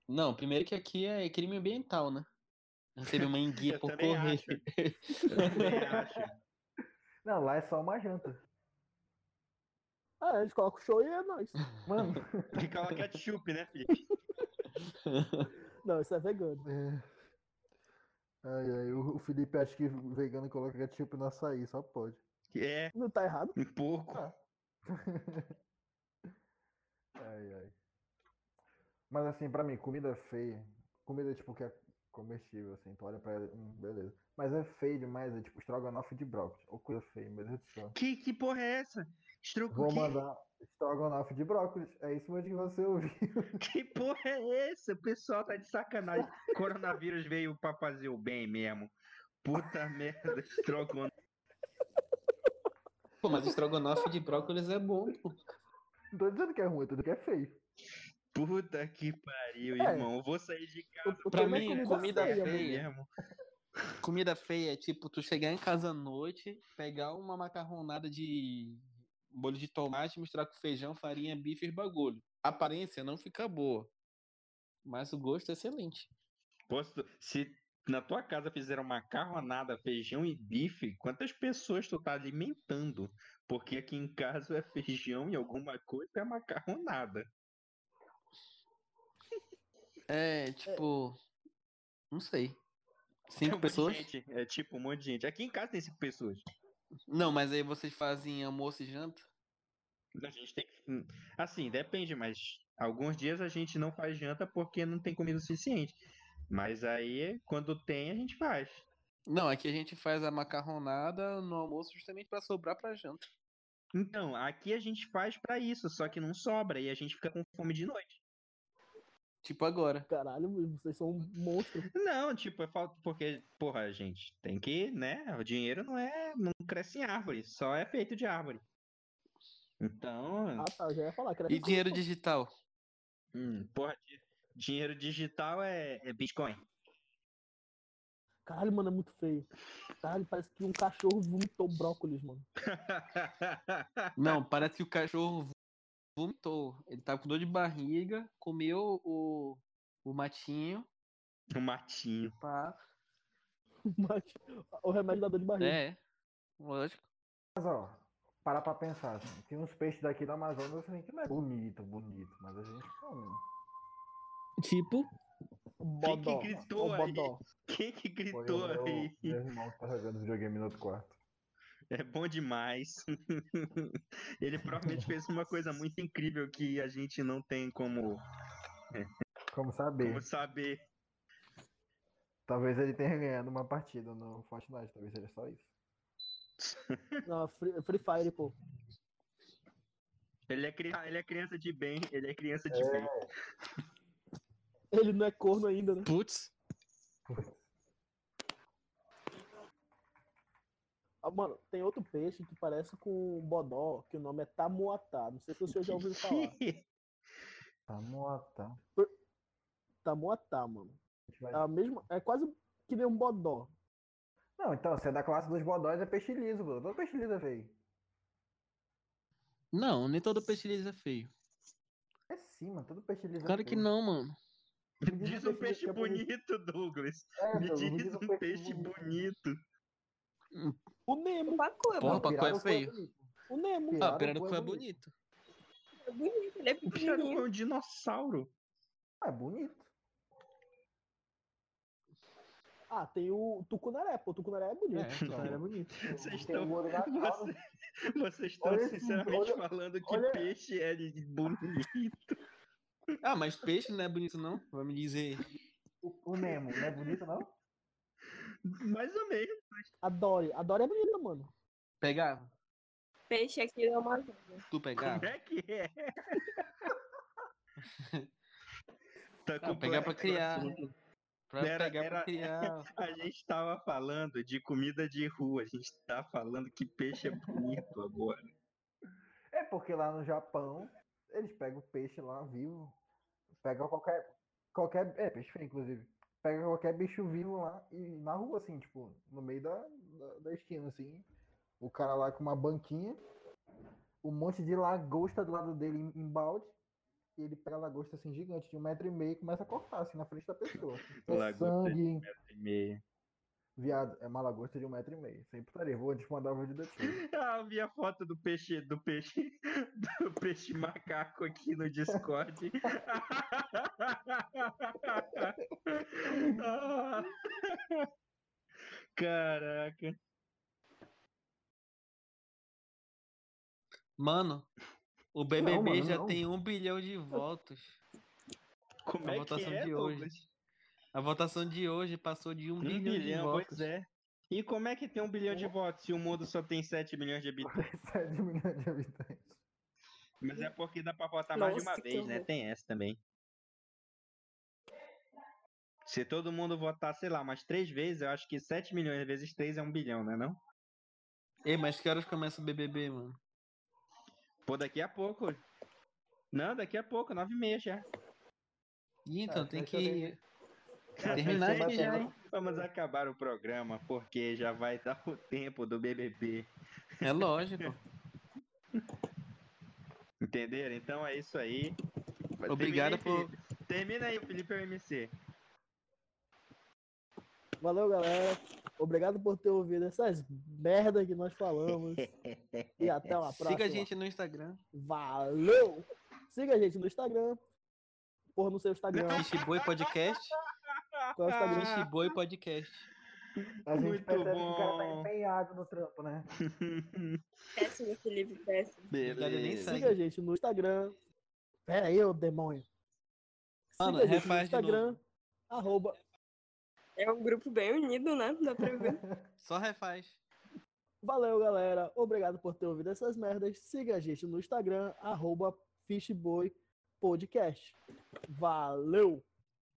[SPEAKER 3] Não, primeiro que aqui é crime ambiental, né? Receber uma enguia
[SPEAKER 6] Eu
[SPEAKER 3] por
[SPEAKER 6] também
[SPEAKER 3] correr.
[SPEAKER 6] acho. Eu também acho.
[SPEAKER 4] Não, lá é só uma janta.
[SPEAKER 1] Ah, eles colocam o show e é nóis.
[SPEAKER 4] Mano,
[SPEAKER 6] E coloca ketchup, né, Felipe?
[SPEAKER 1] Não, isso é vegano.
[SPEAKER 4] É. Ai, ai, o o Felipe acha que vegano coloca ketchup no açaí, só pode.
[SPEAKER 6] É,
[SPEAKER 1] Não tá errado?
[SPEAKER 6] um pouco.
[SPEAKER 3] Ah.
[SPEAKER 4] Ai, ai. Mas assim, pra mim, comida feia, comida tipo que é comestível, assim, tu olha pra ela, hum, beleza. Mas é feio demais, é tipo estrogonofe de brócolis. Ô, coisa feia, meu Deus do céu.
[SPEAKER 6] Que, que porra é essa? Estru...
[SPEAKER 4] Vou
[SPEAKER 6] que-
[SPEAKER 4] mandar estrogonofe de brócolis, é isso mesmo que você ouviu.
[SPEAKER 6] Que porra é essa? O pessoal tá de sacanagem. Coronavírus veio pra fazer o bem mesmo. Puta merda, estrogonofe.
[SPEAKER 3] Pô, mas estrogonofe de brócolis é bom, pô.
[SPEAKER 4] Não tô dizendo que é ruim, tô dizendo que é feio.
[SPEAKER 6] Puta que pariu,
[SPEAKER 1] É.
[SPEAKER 6] irmão. Eu Vou sair de
[SPEAKER 1] O,
[SPEAKER 6] casa.
[SPEAKER 1] o
[SPEAKER 3] Pra
[SPEAKER 1] problema é
[SPEAKER 3] mim,
[SPEAKER 1] comida
[SPEAKER 3] comida
[SPEAKER 1] feia,
[SPEAKER 3] feia.
[SPEAKER 1] mano.
[SPEAKER 6] mesmo.
[SPEAKER 3] Comida feia é tipo tu chegar em casa à noite, pegar uma macarronada de bolho de tomate, misturar com feijão, farinha, bife e bagulho. A aparência não fica boa, mas o gosto é excelente.
[SPEAKER 6] Posso- se na tua casa fizeram macarronada, feijão e bife, quantas pessoas tu tá alimentando? Porque aqui em casa é feijão e alguma coisa é macarronada.
[SPEAKER 3] É, tipo, não sei.
[SPEAKER 6] É um monte
[SPEAKER 3] Cinco
[SPEAKER 6] de
[SPEAKER 3] pessoas?
[SPEAKER 6] gente, é tipo um monte de gente. Aqui em casa tem cinco pessoas.
[SPEAKER 3] Não, mas aí vocês fazem almoço e janta?
[SPEAKER 6] A gente tem que- Assim, depende, mas alguns dias a gente não faz janta porque não tem comida suficiente. Mas aí, quando tem, a gente faz.
[SPEAKER 3] Não, aqui a gente faz a macarronada no almoço justamente pra sobrar pra janta.
[SPEAKER 6] Então, aqui a gente faz pra isso, só que não sobra e a gente fica com fome de noite.
[SPEAKER 3] Tipo agora.
[SPEAKER 1] Caralho, vocês são um monstro.
[SPEAKER 3] Hum.
[SPEAKER 6] Não, tipo, é falta porque, porra, gente, tem que, né? O dinheiro não é, não cresce em árvore, só é feito de árvore. Então,
[SPEAKER 1] Ah, tá, já ia falar. Que era
[SPEAKER 3] E dinheiro digital?
[SPEAKER 6] hum, porra, di- dinheiro digital é, é Bitcoin.
[SPEAKER 1] Caralho, mano, é muito feio. Caralho, parece que um cachorro vomitou brócolis, mano.
[SPEAKER 3] Não, parece que o cachorro vo- vomitou. Ele tava com dor de barriga, comeu o, o matinho.
[SPEAKER 6] o Um matinho.
[SPEAKER 3] Pá.
[SPEAKER 1] Mas o remédio da dor de barriga.
[SPEAKER 3] É, lógico.
[SPEAKER 4] Mas ó, parar pra pensar, assim, tem uns peixes daqui do Amazonas assim, que não é bonito, bonito, mas a gente come.
[SPEAKER 3] Tipo?
[SPEAKER 1] Bodó.
[SPEAKER 6] Quem que gritou
[SPEAKER 1] Ô, bodó.
[SPEAKER 6] Quem que
[SPEAKER 4] Foi o
[SPEAKER 6] gritou
[SPEAKER 4] meu,
[SPEAKER 6] aí?
[SPEAKER 4] meu irmão que tá jogando videogame no outro quarto.
[SPEAKER 6] É bom demais. Ele provavelmente fez uma coisa muito incrível que a gente não tem como,
[SPEAKER 4] Como saber.
[SPEAKER 6] como saber.
[SPEAKER 4] Talvez ele tenha ganhado uma partida no Fortnite, talvez seja só isso.
[SPEAKER 1] Não, Free, Free Fire, pô.
[SPEAKER 6] Ele é, cri- ele é criança de bem, ele é criança de bem.
[SPEAKER 1] Ele não é corno ainda, né?
[SPEAKER 3] Putz,
[SPEAKER 1] Ah, mano, tem outro peixe que parece com um bodó, que o nome é tamuatá. Não sei se o senhor já ouviu falar.
[SPEAKER 4] Tá morta. A
[SPEAKER 1] Tamuatá, mano.
[SPEAKER 4] gente vai-
[SPEAKER 6] Tá
[SPEAKER 1] É, a mesma, é quase que nem um bodó.
[SPEAKER 4] Não, então, você é da classe dos bodóis, é peixe liso, bro. Todo peixe liso é feio.
[SPEAKER 3] não, nem todo peixe liso é feio.
[SPEAKER 4] É sim, mano. Todo peixe liso é
[SPEAKER 3] Claro que
[SPEAKER 4] feio.
[SPEAKER 3] não, mano.
[SPEAKER 4] Me
[SPEAKER 6] Diz um peixe
[SPEAKER 4] que é
[SPEAKER 6] bonito, Douglas.
[SPEAKER 4] É,
[SPEAKER 6] Me
[SPEAKER 4] Douglas,
[SPEAKER 6] diz um peixe bonito.
[SPEAKER 1] O
[SPEAKER 5] O
[SPEAKER 1] Nemo,
[SPEAKER 5] Pacu é
[SPEAKER 3] Porra,
[SPEAKER 5] bonito,
[SPEAKER 3] Pacu é
[SPEAKER 4] pirarucu
[SPEAKER 3] feio.
[SPEAKER 4] bonito.
[SPEAKER 1] o Nemo.
[SPEAKER 3] Ah,
[SPEAKER 4] Pirarucu
[SPEAKER 3] o pirarucu é
[SPEAKER 4] bonito.
[SPEAKER 3] bonito.
[SPEAKER 5] é bonito, ele é
[SPEAKER 6] O pirarucu
[SPEAKER 5] pequenininho.
[SPEAKER 6] é um dinossauro.
[SPEAKER 4] Ah, É bonito.
[SPEAKER 1] Ah, tem o tucunaré, pô. O tucunaré é bonito.
[SPEAKER 3] É, claro.
[SPEAKER 1] é bonito.
[SPEAKER 6] Vocês
[SPEAKER 4] Tem o
[SPEAKER 6] estão,
[SPEAKER 4] olho na cara.
[SPEAKER 6] você- vocês estão
[SPEAKER 4] Olha esse-
[SPEAKER 6] sinceramente
[SPEAKER 4] olha-
[SPEAKER 6] falando que
[SPEAKER 4] olha-
[SPEAKER 6] peixe é bonito.
[SPEAKER 3] Ah, mas peixe não é bonito, não? Vai me dizer.
[SPEAKER 4] O- O Nemo, não é bonito, não?
[SPEAKER 6] Mais ou menos.
[SPEAKER 1] A Dory. A Dory é bonita, mano.
[SPEAKER 3] Pegava?
[SPEAKER 5] Peixe aqui é uma
[SPEAKER 3] Tu
[SPEAKER 6] Como
[SPEAKER 3] pegava?
[SPEAKER 6] é que é? tá
[SPEAKER 3] Ah, pegar pra
[SPEAKER 6] complexo o
[SPEAKER 3] criar.
[SPEAKER 6] assunto.
[SPEAKER 3] Pra
[SPEAKER 6] Era-
[SPEAKER 3] pegar pra
[SPEAKER 6] era-
[SPEAKER 3] criar.
[SPEAKER 6] A gente tava falando de comida de rua, a gente tá falando que peixe é bonito agora.
[SPEAKER 4] É porque lá no Japão, eles pegam o peixe lá vivo. Pegam qualquer. qualquer é, peixe feio, inclusive. Pega qualquer bicho vivo lá e na rua, assim, tipo, no meio da, da, da esquina, assim. O cara lá com uma banquinha, um monte de lagosta do lado dele em, em balde. E ele pega a lagosta assim gigante, de um metro e meio, e começa a cortar assim na frente da pessoa. É
[SPEAKER 6] Lagosta de um
[SPEAKER 4] sangue,
[SPEAKER 6] metro e meio.
[SPEAKER 4] viado, é uma lagosta de um metro e meio. Sem putaria, vou te mandar o vídeo depois.
[SPEAKER 6] Ah, eu vi a foto do peixe, do peixe, do peixe macaco aqui no Discord. Ah. Caraca.
[SPEAKER 3] Mano, o BBB
[SPEAKER 4] mano,
[SPEAKER 3] já
[SPEAKER 4] não.
[SPEAKER 3] tem um bilhão de votos.
[SPEAKER 6] Como
[SPEAKER 3] A
[SPEAKER 6] é que
[SPEAKER 3] votação
[SPEAKER 6] é,
[SPEAKER 3] de hoje.
[SPEAKER 6] Douglas?
[SPEAKER 3] A votação de hoje passou de um,
[SPEAKER 6] Um
[SPEAKER 3] bilhão, de
[SPEAKER 6] bilhão,
[SPEAKER 3] votos.
[SPEAKER 6] pois é. E como é que tem um bilhão de votos se o mundo só tem 7 milhões de habitantes?
[SPEAKER 4] 7 milhões de habitantes.
[SPEAKER 6] Mas é porque dá pra votar mais de
[SPEAKER 5] Nossa,
[SPEAKER 6] uma
[SPEAKER 5] que
[SPEAKER 6] vez, né?
[SPEAKER 5] horror.
[SPEAKER 6] Tem essa também. Se todo mundo votar, sei lá, umas três vezes, eu acho que 7 milhões vezes 3 é um bilhão, né não?
[SPEAKER 3] Ei, mas que horas começa o BBB, mano?
[SPEAKER 6] Pô, daqui a pouco. Não, daqui a pouco, nove e meia já.
[SPEAKER 3] Ih, então
[SPEAKER 4] Ah,
[SPEAKER 3] tem
[SPEAKER 4] fecha bem,
[SPEAKER 3] que.
[SPEAKER 4] né?
[SPEAKER 3] Terminar
[SPEAKER 6] Vai
[SPEAKER 3] aqui
[SPEAKER 6] ser
[SPEAKER 3] já,
[SPEAKER 6] bacana.
[SPEAKER 3] hein?
[SPEAKER 6] Vamos acabar o programa, porque já vai dar o tempo do BBB.
[SPEAKER 3] É lógico.
[SPEAKER 6] Entenderam? Então é isso aí. Termina
[SPEAKER 3] Obrigado
[SPEAKER 6] aí,
[SPEAKER 3] por-
[SPEAKER 6] Felipe. Termina aí, Felipe é o MC.
[SPEAKER 1] Valeu, galera. Obrigado por ter ouvido essas merdas que nós falamos. E até uma próxima.
[SPEAKER 3] Siga a gente no Instagram.
[SPEAKER 1] Valeu! Siga a gente no Instagram. Porra, não sei o Instagram.
[SPEAKER 3] Xixiboi Podcast.
[SPEAKER 1] Qual é o Instagram?
[SPEAKER 3] Xixiboi Podcast.
[SPEAKER 4] A gente
[SPEAKER 6] Muito
[SPEAKER 4] percebe que o cara tá
[SPEAKER 6] bom.
[SPEAKER 4] empenhado no trampo, né?
[SPEAKER 5] péssimo, Felipe, péssimo.
[SPEAKER 3] verdade, eu nem
[SPEAKER 6] Beleza.
[SPEAKER 3] sei.
[SPEAKER 1] Siga a gente no Instagram. Pera aí, ô demônio.
[SPEAKER 3] Mano,
[SPEAKER 1] Siga a gente no
[SPEAKER 3] refaz de novo.
[SPEAKER 1] Instagram. Arroba.
[SPEAKER 5] É um grupo bem unido, né? Dá pra ver.
[SPEAKER 3] Só refaz.
[SPEAKER 1] Valeu, galera. Obrigado por ter ouvido essas merdas. Siga a gente no Instagram. Arroba Fishboy Podcast. Valeu!